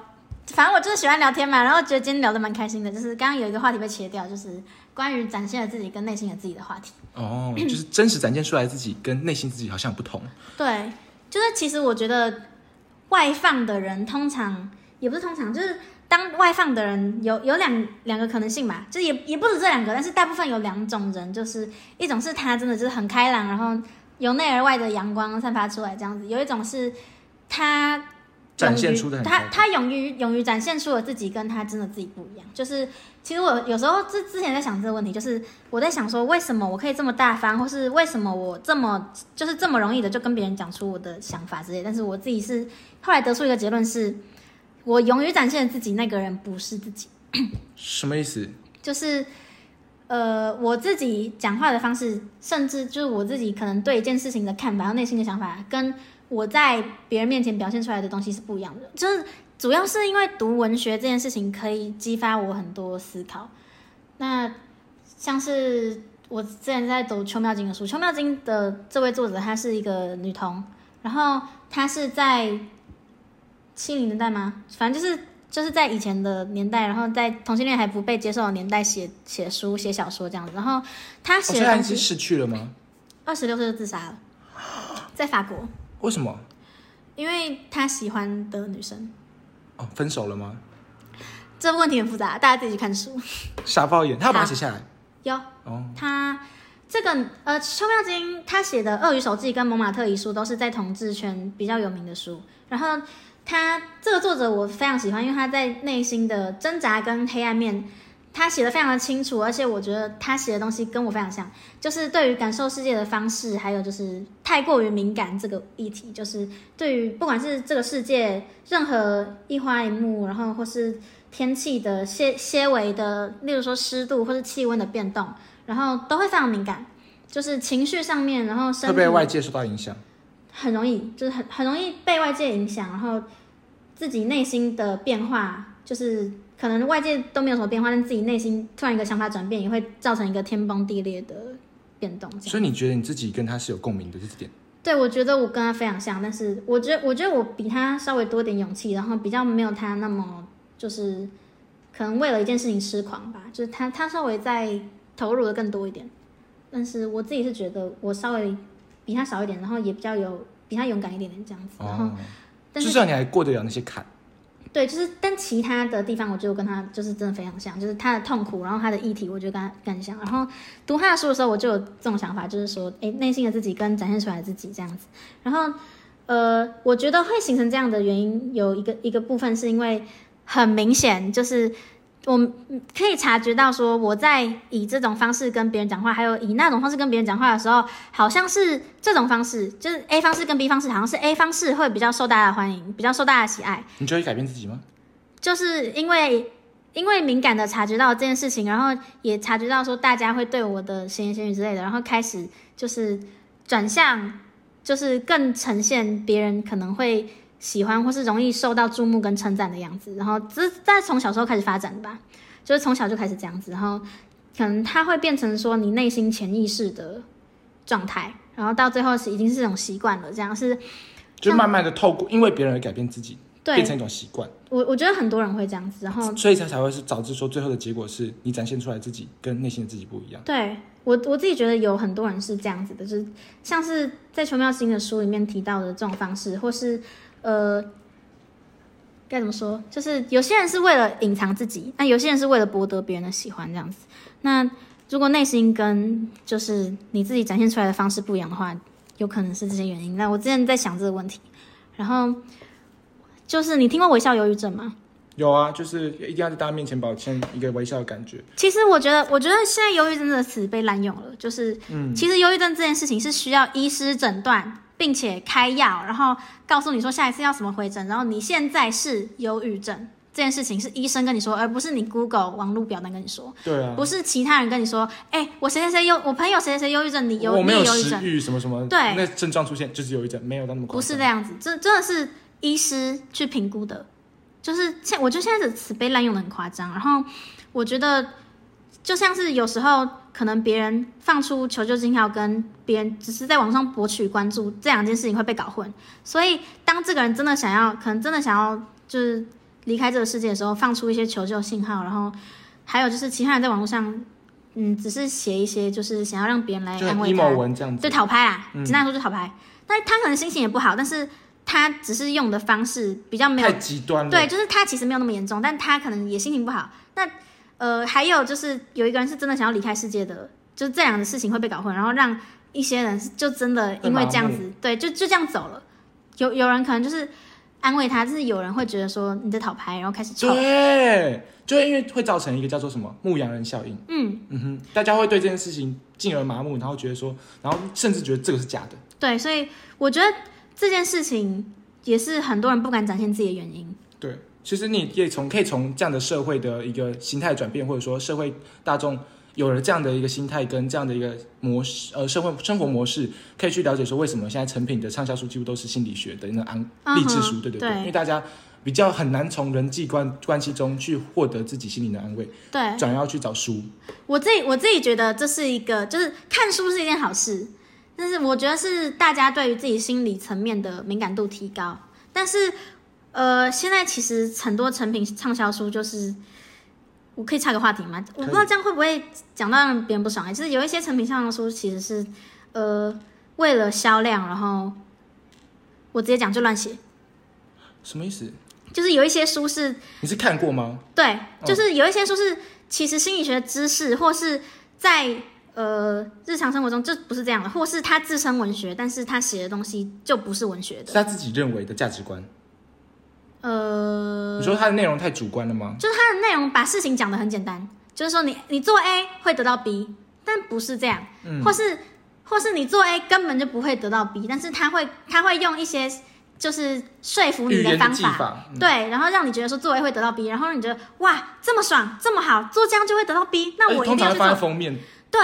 Speaker 2: 反正我就是喜欢聊天嘛，然后觉得今天聊得蛮开心的。就是刚刚有一个话题被切掉，就是关于展现了自己跟内心的自己的话题。
Speaker 1: 哦，就是真实展现出来自己跟内心自己好像不同。
Speaker 2: 对，就是其实我觉得外放的人通常也不是通常，就是当外放的人有有两两个可能性吧，就是也也不止这两个，但是大部分有两种人，就是一种是他真的就是很开朗，然后由内而外的阳光散发出来这样子；有一种是他勇于。
Speaker 1: 展现出得很开
Speaker 2: 他
Speaker 1: 朗
Speaker 2: 他勇于勇于展现出了自己，跟他真的自己不一样。就是其实我有时候之之前在想这个问题，就是我在想说，为什么我可以这么大方，或是为什么我这么就是这么容易的就跟别人讲出我的想法之类。但是我自己是后来得出一个结论是，我勇于展现自己那个人不是自己，
Speaker 1: 什么意思？
Speaker 2: 就是呃我自己讲话的方式，甚至就是我自己可能对一件事情的看法、内心的想法，跟我在别人面前表现出来的东西是不一样的。就是主要是因为读文学这件事情可以激发我很多思考。那像是我之前在读邱妙金的书，邱妙金的这位作者她是一个女童，然后她是在七零年代吗？反正就是就是在以前的年代，然后在同性恋还不被接受的年代写写书、写小说这样子。然后她
Speaker 1: 我
Speaker 2: 写
Speaker 1: 哦现
Speaker 2: 的
Speaker 1: 在已
Speaker 2: 东
Speaker 1: 经
Speaker 2: 西，
Speaker 1: 逝去了吗？
Speaker 2: 二十六岁就自杀了，在法国，
Speaker 1: 为什么？
Speaker 2: 因为她喜欢的女生。
Speaker 1: 哦，分手了吗？
Speaker 2: 这问题很复杂，大家自己去看书。
Speaker 1: 傻爆眼，他要把它写下来。
Speaker 2: 有
Speaker 1: 哦，
Speaker 2: 他这个呃，邱妙金他写的《鳄鱼手记》跟《蒙马特遗书》都是在同志圈比较有名的书。然后他这个作者我非常喜欢，因为他在内心的挣扎跟黑暗面，他写的非常的清楚，而且我觉得他写的东西跟我非常像，就是对于感受世界的方式，还有就是太过于敏感这个议题，就是对于不管是这个世界任何一花一木，然后或是天气的些些微的，例如说湿度或是气温的变动，然后都会非常敏感，就是情绪上面，然后身
Speaker 1: 会
Speaker 2: 体
Speaker 1: 被外界受到影响。
Speaker 2: 很容易，就是很很容易被外界影响，然后自己内心的变化，就是可能外界都没有什么变化，但自己内心突然一个想法转变，也会造成一个天崩地裂的变动。这样，
Speaker 1: 所以你觉得你自己跟他是有共鸣的这点？
Speaker 2: 对我觉得我跟他非常像，但是我觉得我觉得我比他稍微多点勇气，然后比较没有他那么就是可能为了一件事情痴狂吧，就是他他稍微在投入的更多一点，但是我自己是觉得我稍微比他少一点，然后也比较有比他勇敢一点点这样子，然后。
Speaker 1: 哦，
Speaker 2: 嗯但
Speaker 1: 至
Speaker 2: 是
Speaker 1: 少你还过得了那些坎。
Speaker 2: 对，就是但其他的地方，我觉得我跟他就是真的非常像，就是他的痛苦，然后他的议题，我觉得跟他更像。然后读他的书的时候，我就有这种想法，就是说，哎，内心的自己跟展现出来的自己这样子。然后，呃，我觉得会形成这样的原因，有一个一个部分是因为很明显，就是我们可以察觉到，说我在以这种方式跟别人讲话，还有以那种方式跟别人讲话的时候，好像是这种方式，就是 A 方式跟 B 方式，好像是 A 方式会比较受大家的欢迎，比较受大家的喜爱。
Speaker 1: 你就会改变自己吗？
Speaker 2: 就是因为因为敏感的察觉到这件事情，然后也察觉到说大家会对我的闲言闲语之类的，然后开始就是转向，就是更呈现别人可能会喜欢或是容易受到注目跟称赞的样子。然后这是在从小时候开始发展的吧，就是从小就开始这样子，然后可能它会变成说你内心潜意识的状态，然后到最后是已经是一种习惯了，这样是
Speaker 1: 就慢慢的透过因为别人而改变自己，变
Speaker 2: 对嗯
Speaker 1: 成一种习惯，
Speaker 2: 我我觉得很多人会这样子，然后
Speaker 1: 所以才才会是导致说最后的结果是你展现出来自己跟内心的自己不一样。
Speaker 2: 对我我自己觉得有很多人是这样子的，就是像是在邱妙新的书里面提到的这种方式，或是呃。该怎么说？就是有些人是为了隐藏自己，那有些人是为了博得别人的喜欢，这样子。那如果内心跟就是你自己展现出来的方式不一样的话，有可能是这些原因。那我之前在想这个问题，然后就是你听过微笑忧郁症吗？
Speaker 1: 有啊，就是一定要在大家面前保持一个微笑的感觉。
Speaker 2: 其实我觉得，我觉得现在忧郁症这个词被滥用了，就是，其实忧郁症这件事情是需要医师诊断，并且开药，然后告诉你说下一次要什么回诊，然后你现在是忧郁症这件事情是医生跟你说，而不是你 Google 网络表单跟你说，
Speaker 1: 对啊，
Speaker 2: 不是其他人跟你说，哎、我谁谁谁忧，我朋友谁谁谁忧郁症，你忧
Speaker 1: 我
Speaker 2: 你
Speaker 1: 没
Speaker 2: 也
Speaker 1: 有
Speaker 2: 忧郁
Speaker 1: 食
Speaker 2: 症，
Speaker 1: 欲什么什么，
Speaker 2: 对
Speaker 1: 那症状出现就是忧郁症，没有到那么
Speaker 2: 不
Speaker 1: 夸
Speaker 2: 是
Speaker 1: 张。
Speaker 2: 这样子，这真的是医师去评估的，就是现我觉得现在的词被滥用的很夸张，然后我觉得就像是有时候可能别人放出求救信号，跟别人只是在网上博取关注，这两件事情会被搞混，所以当这个人真的想要，可能真的想要就是离开这个世界的时候，放出一些求救信号，然后还有就是其他人在网络上。嗯，只是写一些，就是想要让别人来
Speaker 1: 就很
Speaker 2: 安慰他
Speaker 1: emo 文这样子
Speaker 2: 就。讨拍啊，
Speaker 1: 嗯
Speaker 2: 简单来说就讨拍。但他可能心情也不好，但是他只是用的方式比较没有
Speaker 1: 太极端了。
Speaker 2: 对，就是他其实没有那么严重，但他可能也心情不好。那呃，还有就是有一个人是真的想要离开世界的，就是这两个事情会被搞混，然后让一些人就真的因为这样
Speaker 1: 会
Speaker 2: 子，对，就就这样走了。有有人可能就是安慰他，但是有人会觉得说你在讨拍，然后开始臭。
Speaker 1: 对，就因为会造成一个叫做什么牧羊人效应。
Speaker 2: 嗯，
Speaker 1: 嗯哼，大家会对这件事情进而麻木，然后觉得说，然后甚至觉得这个是假的。
Speaker 2: 对，所以我觉得这件事情也是很多人不敢展现自己的原因。
Speaker 1: 对，其实你也从可以从这样的社会的一个形态转变，或者说社会大众有了这样的一个心态跟这样的一个模式，呃，社会生活模式，可以去了解说为什么现在成品的畅销书几乎都是心理学的那安
Speaker 2: 嗯哼
Speaker 1: 励志书，对对对，
Speaker 2: 对
Speaker 1: 因为大家比较很难从人际关关系中去获得自己心灵的安慰，
Speaker 2: 对
Speaker 1: 转而要去找书，
Speaker 2: 我自己我自己觉得这是一个，就是看书是一件好事，但是我觉得是大家对于自己心理层面的敏感度提高。但是，呃，现在其实很多成品畅销书就是，我可以岔个话题吗？我不知道这样会不会讲到让别人不爽、欸。就是有一些成品畅销书其实是，呃，为了销量，然后我直接讲就乱写，
Speaker 1: 什么意思？
Speaker 2: 就是有一些书是
Speaker 1: 你是看过吗？
Speaker 2: 对，
Speaker 1: 嗯
Speaker 2: 就是有一些书是其实心理学知识，或是在呃日常生活中就不是这样的，或是他自称文学，但是他写的东西就不是文学
Speaker 1: 是
Speaker 2: 的。
Speaker 1: 他自己认为的价值观？
Speaker 2: 呃，
Speaker 1: 你说他的内容太主观了吗？
Speaker 2: 就是他的内容把事情讲得很简单，就是说你你做 A 会得到 B，但不是这样，
Speaker 1: 嗯
Speaker 2: 或是或是你做 A 根本就不会得到 B，但是他会他会用一些就是说服
Speaker 1: 语
Speaker 2: 你
Speaker 1: 言的
Speaker 2: 方
Speaker 1: 技
Speaker 2: 法，
Speaker 1: 法，嗯
Speaker 2: 对，然后让你觉得说做 A 会得到 B，然后你觉得哇这么爽这么好，做这样就会得到 B，那
Speaker 1: 而且
Speaker 2: 我
Speaker 1: 哎呃
Speaker 2: 一
Speaker 1: 通常
Speaker 2: 定要
Speaker 1: 会
Speaker 2: 去
Speaker 1: 放在
Speaker 2: 做。
Speaker 1: 封面，
Speaker 2: 对，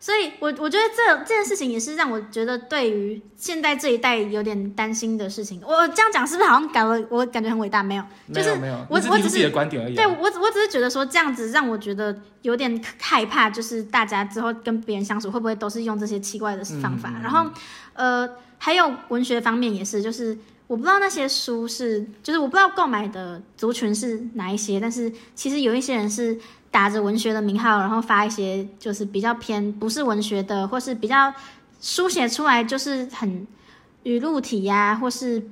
Speaker 2: 所以我我觉得这这件事情也是让我觉得对于现在这一代有点担心的事情。我我这样讲是不是好像搞了我感觉很伟大？没有，
Speaker 1: 没
Speaker 2: 就
Speaker 1: 有
Speaker 2: 是
Speaker 1: 没有，
Speaker 2: 我
Speaker 1: 你只
Speaker 2: 我
Speaker 1: 提出
Speaker 2: 只
Speaker 1: 自己的
Speaker 2: 是。
Speaker 1: 观点而已啊。
Speaker 2: 对我，只我只是觉得说这样子让我觉得有点害怕，就是大家之后跟别人相处会不会都是用这些奇怪的
Speaker 1: 嗯
Speaker 2: 方法？然后，呃，还有文学方面也是，就是我不知道那些书是，就是我不知道购买的族群是哪一些，但是其实有一些人是打着文学的名号，然后发一些就是比较偏不是文学的，或是比较书写出来就是很语录体呀、或是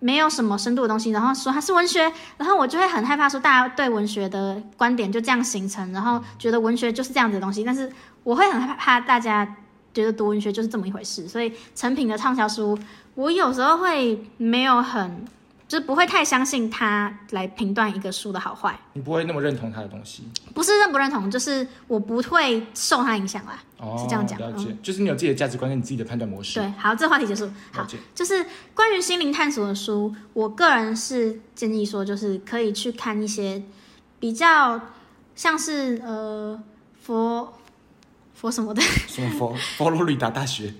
Speaker 2: 没有什么深度的东西，然后说它是文学，然后我就会很害怕说大家对文学的观点就这样形成，然后觉得文学就是这样子的东西，但是我会很害怕大家觉得读文学就是这么一回事，所以成品的畅销书，我有时候会没有很。就是不会太相信它来评断一个书的好坏，
Speaker 1: 你不会那么认同他的东西。
Speaker 2: 不是认不认同，就是我不会受它影响啦。
Speaker 1: 哦，
Speaker 2: 是这样讲
Speaker 1: 了
Speaker 2: 嗯
Speaker 1: 解，就是你有自己的价值观跟你自己的判断模式。
Speaker 2: 对，好，这话题结束。好
Speaker 1: 了，解，
Speaker 2: 就是关于心灵探索的书，我个人是建议说，就是可以去看一些比较像是呃佛佛什么的，
Speaker 1: 什么佛 佛罗里达大学，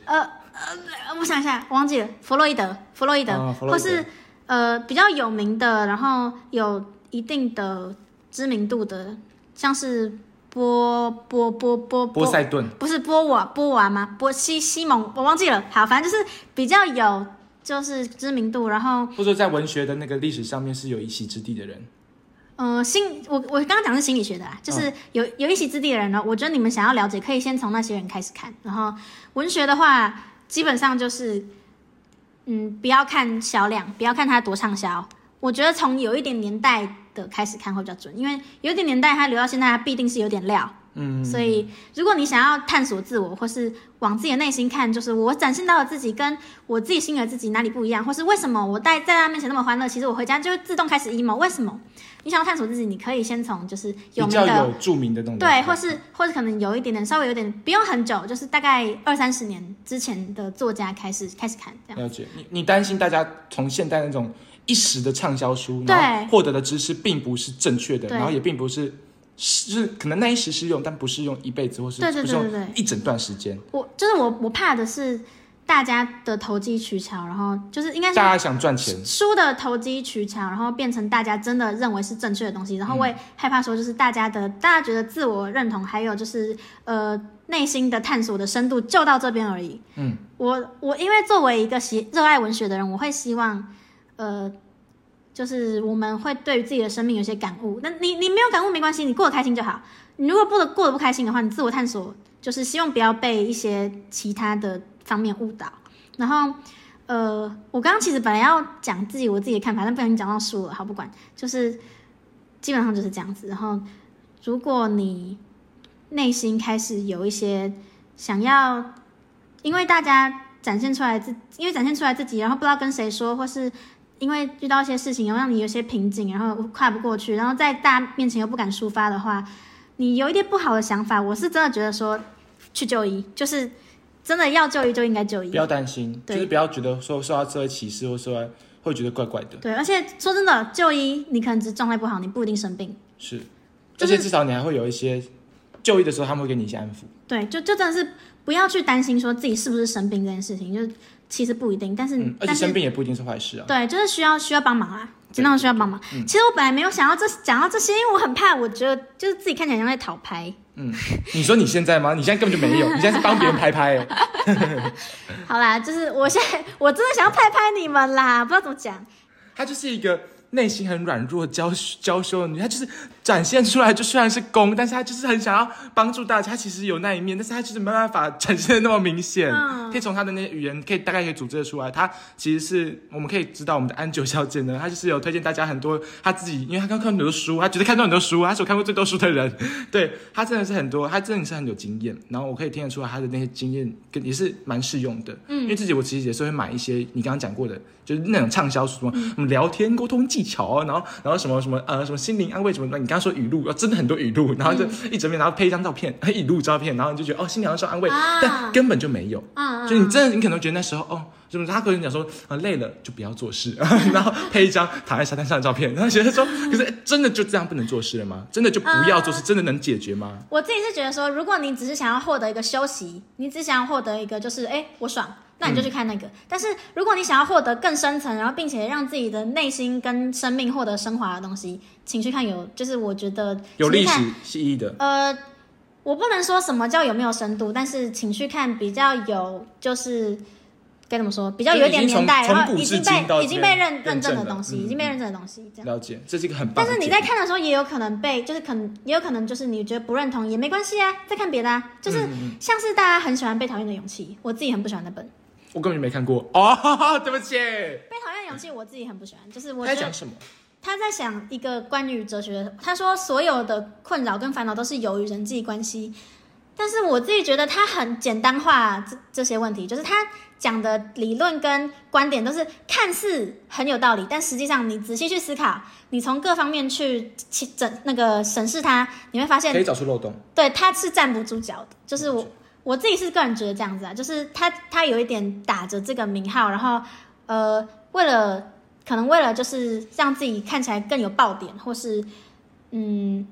Speaker 2: 呃我想一下，忘记了，弗洛伊德，弗洛伊德，
Speaker 1: 啊弗洛
Speaker 2: 或
Speaker 1: 伊德
Speaker 2: 是呃比较有名的，然后有一定的知名度的，像是波波波波
Speaker 1: 波塞顿，
Speaker 2: 不是波瓦波娃吗？波西西蒙，我忘记了。好，反正就是比较有就是知名度，然后
Speaker 1: 或者说在文学的那个历史上面是有一席之地的人。
Speaker 2: 呃，心我我刚刚讲的是心理学的啦，就是有有一席之地的人呢，我觉得你们想要了解，可以先从那些人开始看。然后文学的话，基本上就是，嗯，不要看销量，不要看它多畅销。我觉得从有一点年代的开始看会比较准，因为有一点年代它留到现在，它必定是有点料。
Speaker 1: 嗯，
Speaker 2: 所以，如果你想要探索自我，或是往自己的内心看，就是我展现到的自己跟我自己心里的自己哪里不一样，或是为什么我在在他面前那么欢乐，其实我回家就会自动开始 emo，为什么？你想要探索自己，你可以先从就是有
Speaker 1: 比
Speaker 2: 名
Speaker 1: 较
Speaker 2: 的
Speaker 1: 有著名的东西，
Speaker 2: 对，或是或是可能有一点点，稍微有点不用很久，就是大概二三十年之前的作家开始开始看这样。
Speaker 1: 了解。你你担心大家从现代那种一时的畅销书，
Speaker 2: 对
Speaker 1: 然后获得的知识并不是正确的，
Speaker 2: 对
Speaker 1: 然后也并不是。是可能那一时适用，但不适用一辈子，或是
Speaker 2: 对对
Speaker 1: 不适
Speaker 2: 对对对
Speaker 1: 用一整段时间。
Speaker 2: 我就是我我怕的是大家的投机取巧，然后就是应该是
Speaker 1: 大家想赚钱，
Speaker 2: 书的投机取巧，然后变成大家真的认为是正确的东西，然后我也害怕说，就是大家的、大家觉得自我认同，还有就是呃内心的探索的深度就到这边而已。
Speaker 1: 嗯，
Speaker 2: 我我因为作为一个喜热爱文学的人，我会希望呃。就是我们会对于自己的生命有些感悟，那你你没有感悟没关系，你过得开心就好。你如果过得过得不开心的话，你自我探索就是希望不要被一些其他的方面误导。然后呃，我刚刚其实本来要讲自己我自己的看法，但不小心讲到书了，好不管，就是基本上就是这样子。然后，如果你内心开始有一些想要，因为大家展现出来自，因为展现出来自己，然后不知道跟谁说，或是因为遇到一些事情，然后让你有些瓶颈，然后跨不过去，然后在大家面前又不敢抒发的话，你有一点不好的想法，我是真的觉得说去就医，就是真的要就医就应该就医
Speaker 1: 不。要担心，就
Speaker 2: 对
Speaker 1: 是不要觉得说受到社会歧视，或受到会觉得怪怪的，
Speaker 2: 对，而且说真的，就医你可能只是状态不好，你不一定生病。
Speaker 1: 是，而
Speaker 2: 就是
Speaker 1: 且至少你还会有一些就医的时候他们会给你一些安抚。
Speaker 2: 对，就就真的是不要去担心说自己是不是生病这件事情，就是其实不一定，但是、
Speaker 1: 嗯，而且
Speaker 2: 但
Speaker 1: 生
Speaker 2: 是
Speaker 1: 病也不一定是坏事啊。
Speaker 2: 对，就是需要需要帮忙啦，真的需要帮忙。
Speaker 1: 嗯
Speaker 2: 其实我本来没有想要这讲到这些，因为我很怕，我觉得就是自己看起来像在讨拍。
Speaker 1: 你说你现在吗？你现在根本就 没有，你现在是帮别人拍拍、欸。
Speaker 2: 好啦，就是我现在我真的想要拍拍你们啦，不知道怎么讲。
Speaker 1: 她就是一个内心很软弱、娇娇羞的女，她就是展现出来，就虽然是攻，但是她就是很想要帮助大家。她其实有那一面，但是她就是没办法展现的那么明显。
Speaker 2: 嗯
Speaker 1: 可以从她的那些语言，可以大概可以组织得出来，她其实是我们可以知道我们的安九小姐呢，她就是有推荐大家很多她自己，因为她刚看很多书，她绝对看到很多书，她是我看过最多书的人。对她真的是很多，她真的是很有经验。然后我可以听得出来她的那些经验跟也是蛮适用的。嗯，因为自己我其实也是会买一些你刚刚讲过的，就是那种畅销书，什么什么聊天沟通技巧啊，然后然后什么什么呃什么心灵安慰什么的，你刚刚说语录，啊，真的很多语录，然后就一整面，然后配一张照片，语录照片，然后你就觉得哦心灵安慰安慰，
Speaker 2: 啊
Speaker 1: 但根本就没有。
Speaker 2: 嗯，
Speaker 1: 就你真的，你可能觉得那时候哦，就是他可能讲说，啊累了就不要做事， 然后配一张躺在沙滩上的照片，然后觉得说，可是欸真的就这样不能做事了吗？真的就不要做事，真的能解决吗？
Speaker 2: 我自己是觉得说，如果你只是想要获得一个休息，你只想要获得一个就是哎、我爽，那
Speaker 1: 嗯
Speaker 2: 你就去看那个。但是如果你想要获得更深层，然后并且让自己的内心跟生命获得升华的东西，请去看有，就是我觉得
Speaker 1: 有
Speaker 2: 请去
Speaker 1: 历史
Speaker 2: 看
Speaker 1: 是意义的，
Speaker 2: 呃，我不能说什么叫有没有深度，但是请去看比较有，就是该怎么说，比较有一点年代，
Speaker 1: 就是已经从
Speaker 2: 然后
Speaker 1: 从古
Speaker 2: 已经
Speaker 1: 至今到
Speaker 2: 被已经被
Speaker 1: 这边
Speaker 2: 认
Speaker 1: 认
Speaker 2: 认
Speaker 1: 证
Speaker 2: 证
Speaker 1: 了
Speaker 2: 的东西，
Speaker 1: 嗯
Speaker 2: 已经被认证的东西，这样。
Speaker 1: 了解，这是一个很棒
Speaker 2: 啊但
Speaker 1: 的建议。
Speaker 2: 是你在看的时候，也有可能被，就是可能也有可能就是你觉得不认同也没关系啊，再看别的啊，就是
Speaker 1: 嗯
Speaker 2: 像是大家很喜欢《被讨厌的勇气》，我自己很不喜欢那本《
Speaker 1: 我根本就没看过哦， 对不起。
Speaker 2: 被讨厌的勇气》，我自己很不喜欢，就是
Speaker 1: 他
Speaker 2: 我
Speaker 1: 在
Speaker 2: 觉得
Speaker 1: 讲什么？
Speaker 2: 他在想一个关于哲学的，他说所有的困扰跟烦恼都是由于人际关系，但是我自己觉得他很简单化这这些问题，就是他讲的理论跟观点都是看似很有道理，但实际上你仔细去思考，你从各方面去去整那个审视它，你会发现
Speaker 1: 可以找出漏洞。
Speaker 2: 对，他是站不住脚的，就是我我自己是个人觉得这样子啊，就是他他有一点打着这个名号，然后呃，为了可能为了就是让自己看起来更有爆点，或是嗯，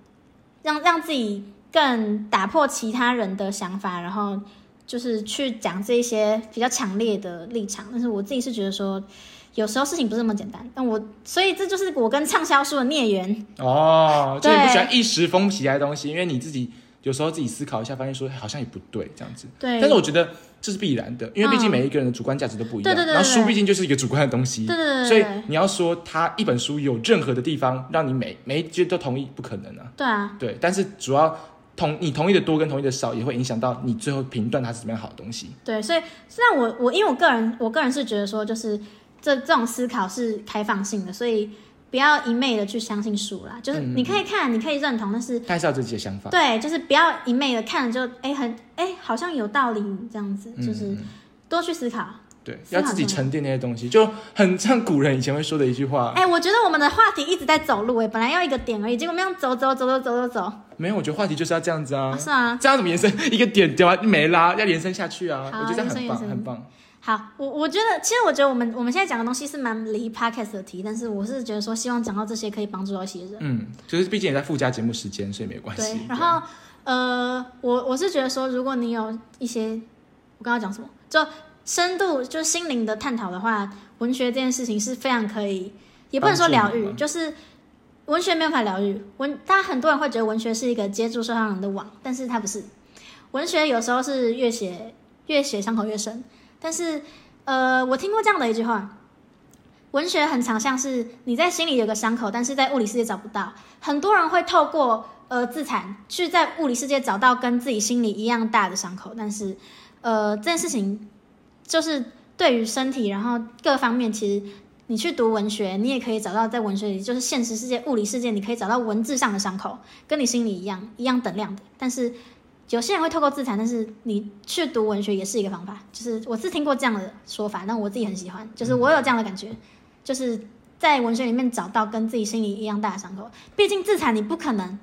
Speaker 2: 让让自己更打破其他人的想法，然后就是去讲这一些比较强烈的立场，但是我自己是觉得说。有时候事情不是那么简单，但我所以这就是我跟畅销书的孽缘，
Speaker 1: 哦， 就是你不
Speaker 2: 对
Speaker 1: 喜欢一时风起来的东西，因为你自己有时候自己思考一下，发现说哎好像也不对这样子。
Speaker 2: 对
Speaker 1: 但是我觉得这是必然的，因为毕竟
Speaker 2: 嗯
Speaker 1: 每一个人的主观价值都不一样。
Speaker 2: 对对对对
Speaker 1: 然后书
Speaker 2: 对
Speaker 1: 毕竟就是一个主观的东西。
Speaker 2: 对对对对
Speaker 1: 所以
Speaker 2: 对
Speaker 1: 你要说它一本书有任何的地方让你每每一句都同意，不可能啊。
Speaker 2: 对啊，
Speaker 1: 对，但是主要同你同意的多跟同意的少，也会影响到你最后评断它是怎么样好的东西。
Speaker 2: 对，所以虽然我我因为我个人我个人是觉得说，就是这这种思考是开放性的，所以不要一昧的去相信书啦。就是
Speaker 1: 嗯嗯
Speaker 2: 你可以看，你可以认同，但是
Speaker 1: 但是要有自己的想法。
Speaker 2: 对，就是不要一昧的看了就哎、很哎、好像有道理这样子，
Speaker 1: 嗯
Speaker 2: 就是多去思考。
Speaker 1: 对，
Speaker 2: 思
Speaker 1: 要
Speaker 2: 考
Speaker 1: 自己
Speaker 2: 重要
Speaker 1: 沉淀那些东西，就很像古人以前会说的一句话。
Speaker 2: 哎、我觉得我们的话题一直在走路哎、本来要一个点而已，结果我们要走走走走走走走，
Speaker 1: 没有，我觉得话题就是要这样子啊，
Speaker 2: 啊是啊。
Speaker 1: 这样怎么延伸？一个点掉完没啦，要延伸下去啊。
Speaker 2: 好
Speaker 1: 我觉得这样很
Speaker 2: 延伸延
Speaker 1: 棒，
Speaker 2: 伸
Speaker 1: 很棒。
Speaker 2: 好，我我觉得，其实我觉得我们我们现在讲的东西是蛮离 podcast 的题，但是我是觉得说，希望讲到这些可以帮助到一些人。
Speaker 1: 嗯，就是毕竟也在附加节目时间，所以没有关系。
Speaker 2: 对，然
Speaker 1: 对
Speaker 2: 后呃，我我是觉得说，如果你有一些我刚刚讲什么，就深度就是心灵的探讨的话，文学这件事情是非常可以，也不能说
Speaker 1: 帮
Speaker 2: 疗
Speaker 1: 助你吗
Speaker 2: 愈，就是文学没有办法疗愈。文，大家很多人会觉得文学是一个接住受伤人的网，但是它不是。文学有时候是越写越写伤口越深，但是呃，我听过这样的一句话。文学很常像是你在心里有个伤口，但是在物理世界找不到。很多人会透过呃自残去在物理世界找到跟自己心里一样大的伤口，但是呃这件事情就是对于身体，然后各方面，其实你去读文学，你也可以找到在文学里，就是现实世界、物理世界，你可以找到文字上的伤口，跟你心里一样一样等量的。但是有些人会透过自残，但是你去读文学也是一个方法。就是我是听过这样的说法，但我自己很喜欢，就是我有这样的感觉，就是在文学里面找到跟自己心里一样大的伤口。毕竟自残你不可能，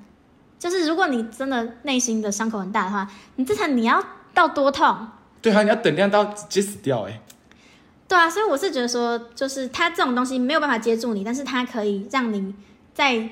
Speaker 2: 就是如果你真的内心的伤口很大的话，你自残你要到多痛？
Speaker 1: 对啊，你要等量到直接死掉哎、
Speaker 2: 对啊，所以我是觉得说，就是它这种东西没有办法接住你，但是它可以让你在，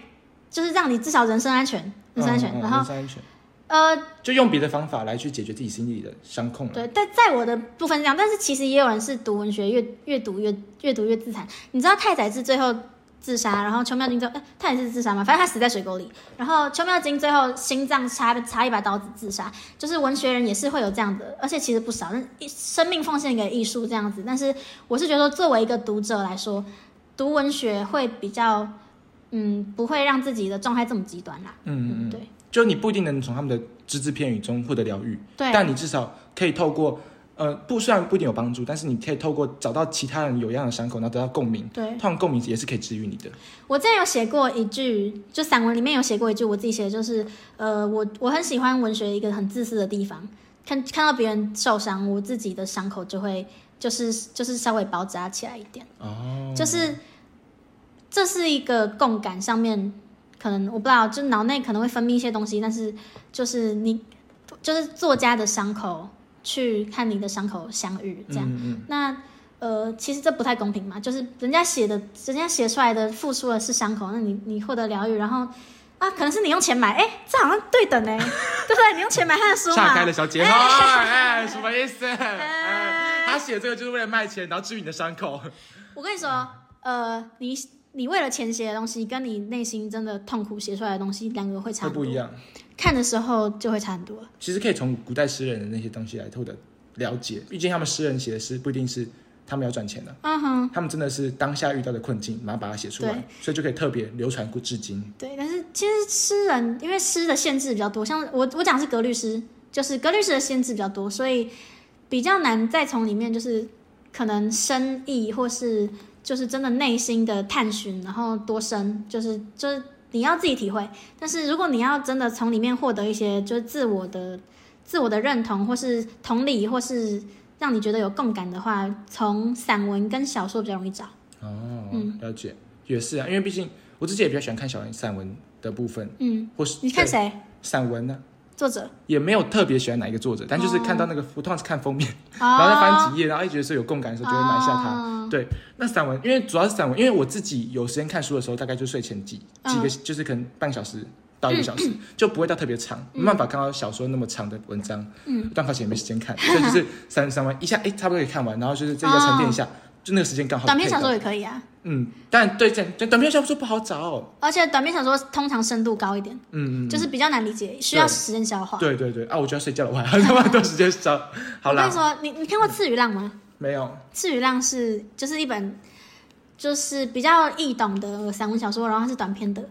Speaker 2: 就是让你至少人身安全，人身安全，
Speaker 1: 嗯嗯嗯
Speaker 2: 然
Speaker 1: 人
Speaker 2: 后
Speaker 1: 身安全，
Speaker 2: 呃，
Speaker 1: 就用别的方法来去解决自己心里的伤痛啊了。
Speaker 2: 对，但在我的部分是这样，但是其实也有人是读文学越越读越越读越自残。你知道太宰治最后自杀，然后邱妙津最后，哎、太宰治自杀嘛，反正他死在水沟里。然后邱妙津最后心脏插插一把刀子自杀，就是文学人也是会有这样的，而且其实不少，但一生命奉献给艺术这样子。但是我是觉得说，作为一个读者来说，读文学会比较，嗯，不会让自己的状态这么极端啦。
Speaker 1: 嗯嗯嗯，
Speaker 2: 对
Speaker 1: 就你不一定能从他们的只字片语中获得疗愈，
Speaker 2: 对，
Speaker 1: 但你至少可以透过呃不虽然不一定有帮助，但是你可以透过找到其他人有一样的伤口，然后得到共鸣。
Speaker 2: 对
Speaker 1: 通。常共鸣也是可以治愈你的。
Speaker 2: 我之前有写过一句，就散文里面有写过一句，我自己写的就是，呃，我我很喜欢文学一个很自私的地方，看看到别人受伤，我自己的伤口就会就是就是稍微包扎起来一点，
Speaker 1: 哦，
Speaker 2: 就是这是一个共感上面，可能我不知道，就脑内可能会分泌一些东西，但是就是你就是作家的伤口去看你的伤口相遇这样。
Speaker 1: 嗯嗯
Speaker 2: 那呃，其实这不太公平嘛，就是人家写的，人家写出来的付出的是伤口，那你你获得疗愈，然后啊，可能是你用钱买，哎、这好像对等哎、 对不对？你用钱买他的书
Speaker 1: 嗯
Speaker 2: 嘛，
Speaker 1: 岔开了小姐， 哎，哎什么意思？哎
Speaker 2: 哎
Speaker 1: 他写这个就是为了卖钱，然后治愈你的伤口。
Speaker 2: 我跟你说，呃，你你为了钱写的东西，跟你内心真的痛苦写出来的东西，两个会差
Speaker 1: 会
Speaker 2: 很多
Speaker 1: 不一，样。
Speaker 2: 看的时候就会差很多了。
Speaker 1: 其实可以从古代诗人的那些东西来获得了解，毕竟他们诗人写的诗不一定是他们要赚钱的，
Speaker 2: 嗯哼，
Speaker 1: 他们真的是当下遇到的困境，然后把它写出来
Speaker 2: 对，
Speaker 1: 所以就可以特别流传过至今。
Speaker 2: 对，但是其实诗人因为诗的限制比较多，像我我讲的是格律诗，就是格律诗的限制比较多，所以比较难再从里面就是可能深意或是就是真的内心的探寻，然后多深，就是就是你要自己体会。但是如果你要真的从里面获得一些就是自我的自我的认同，或是同理，或是让你觉得有共感的话，从散文跟小说比较容易找。
Speaker 1: 哦，
Speaker 2: 嗯
Speaker 1: 了解，也是啊，因为毕竟我自己也比较喜欢看小散文的部分，
Speaker 2: 嗯，
Speaker 1: 或是
Speaker 2: 你看
Speaker 1: 对
Speaker 2: 谁？
Speaker 1: 散文呢、
Speaker 2: 作者？
Speaker 1: 也没有特别喜欢哪一个作者，但就是看到那个，我通常是看封面，然后再
Speaker 2: 哦
Speaker 1: 翻几页，然后一觉得说有共感的时候，就会买下它。
Speaker 2: 哦
Speaker 1: 对，那散文，因为主要是散文，因为我自己有时间看书的时候，大概就睡前几
Speaker 2: 嗯
Speaker 1: 几个，就是可能半小时到一个小时，就不会到特别长，
Speaker 2: 嗯
Speaker 1: 没办法看到小说那么长的文章，嗯，但发现也没时间看，所以就是散散文一下，哎，差不多可以看完，然后就是这个沉淀一下，就那个时间刚好。
Speaker 2: 哦短篇小说，也可以啊，
Speaker 1: 嗯，但对这对短篇小说不好找、
Speaker 2: 而且短篇小说通常深度高一点，
Speaker 1: 嗯，嗯
Speaker 2: 就是比较难理解，需要时间消化。
Speaker 1: 对对对，啊，我就要睡觉了，我还要那么多时间找，好
Speaker 2: 我跟你
Speaker 1: 啦，
Speaker 2: 说，你你看过《赤鱼浪》吗？
Speaker 1: 没有，
Speaker 2: 《赤鱼浪是》就是一本就是比较易懂的散文小说，然后它是短篇的，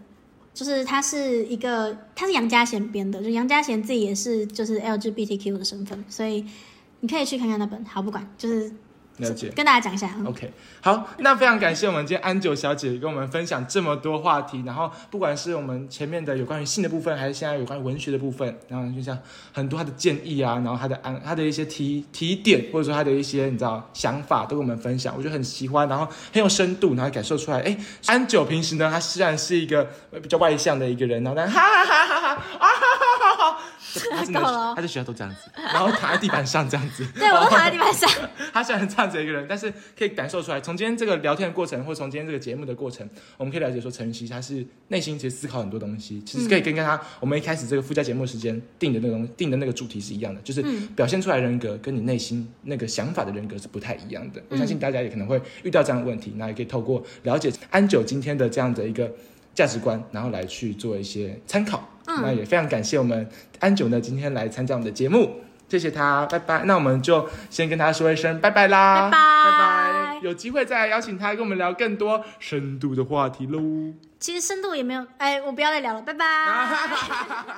Speaker 2: 就是它是一个它是杨家贤编的，就杨家贤自己也是就是 LGBTQ 的身份，所以你可以去看看那本。好，不管就是
Speaker 1: 了解。
Speaker 2: 跟大家讲一下，嗯
Speaker 1: OK，好，那非常感谢我们今天安九小姐跟我们分享这么多话题，然后不管是我们前面的有关于性的部分，还是现在有关于文学的部分，然后就像很多她的建议啊，然后她的安她的一些提提点，或者说她的一些你知道想法都跟我们分享，我觉得很喜欢，然后很有深度，然后感受出来，哎，安九平时呢，她虽然是一个呃比较外向的一个人，然后但哈哈哈哈哈啊哈哈哈哈，她真的
Speaker 2: 够了哦
Speaker 1: 她在学校都这样子，然后躺在地板上这样子，
Speaker 2: 对我都躺在地板上。
Speaker 1: 他虽然这样子一个人，但是可以感受出来，从今天这个聊天的过程，或从今天这个节目的过程，我们可以了解说，陈云熙他是内心其实思考很多东西，其实可以跟跟他我们一开始这个附加节目时间定的那个东定的那个主题是一样的，就是表现出来人格跟你内心那个想法的人格是不太一样的。我相信大家也可能会遇到这样的问题，那也可以透过了解安九今天的这样的一个价值观，然后来去做一些参考。
Speaker 2: 嗯
Speaker 1: 那也非常感谢我们安九呢今天来参加我们的节目。谢谢他，拜拜。那我们就先跟他说一声拜拜啦，
Speaker 2: 拜拜
Speaker 1: 拜拜。有机会再邀请他跟我们聊更多深度的话题喽。
Speaker 2: 其实深度也没有，哎，我不要再聊了，拜拜。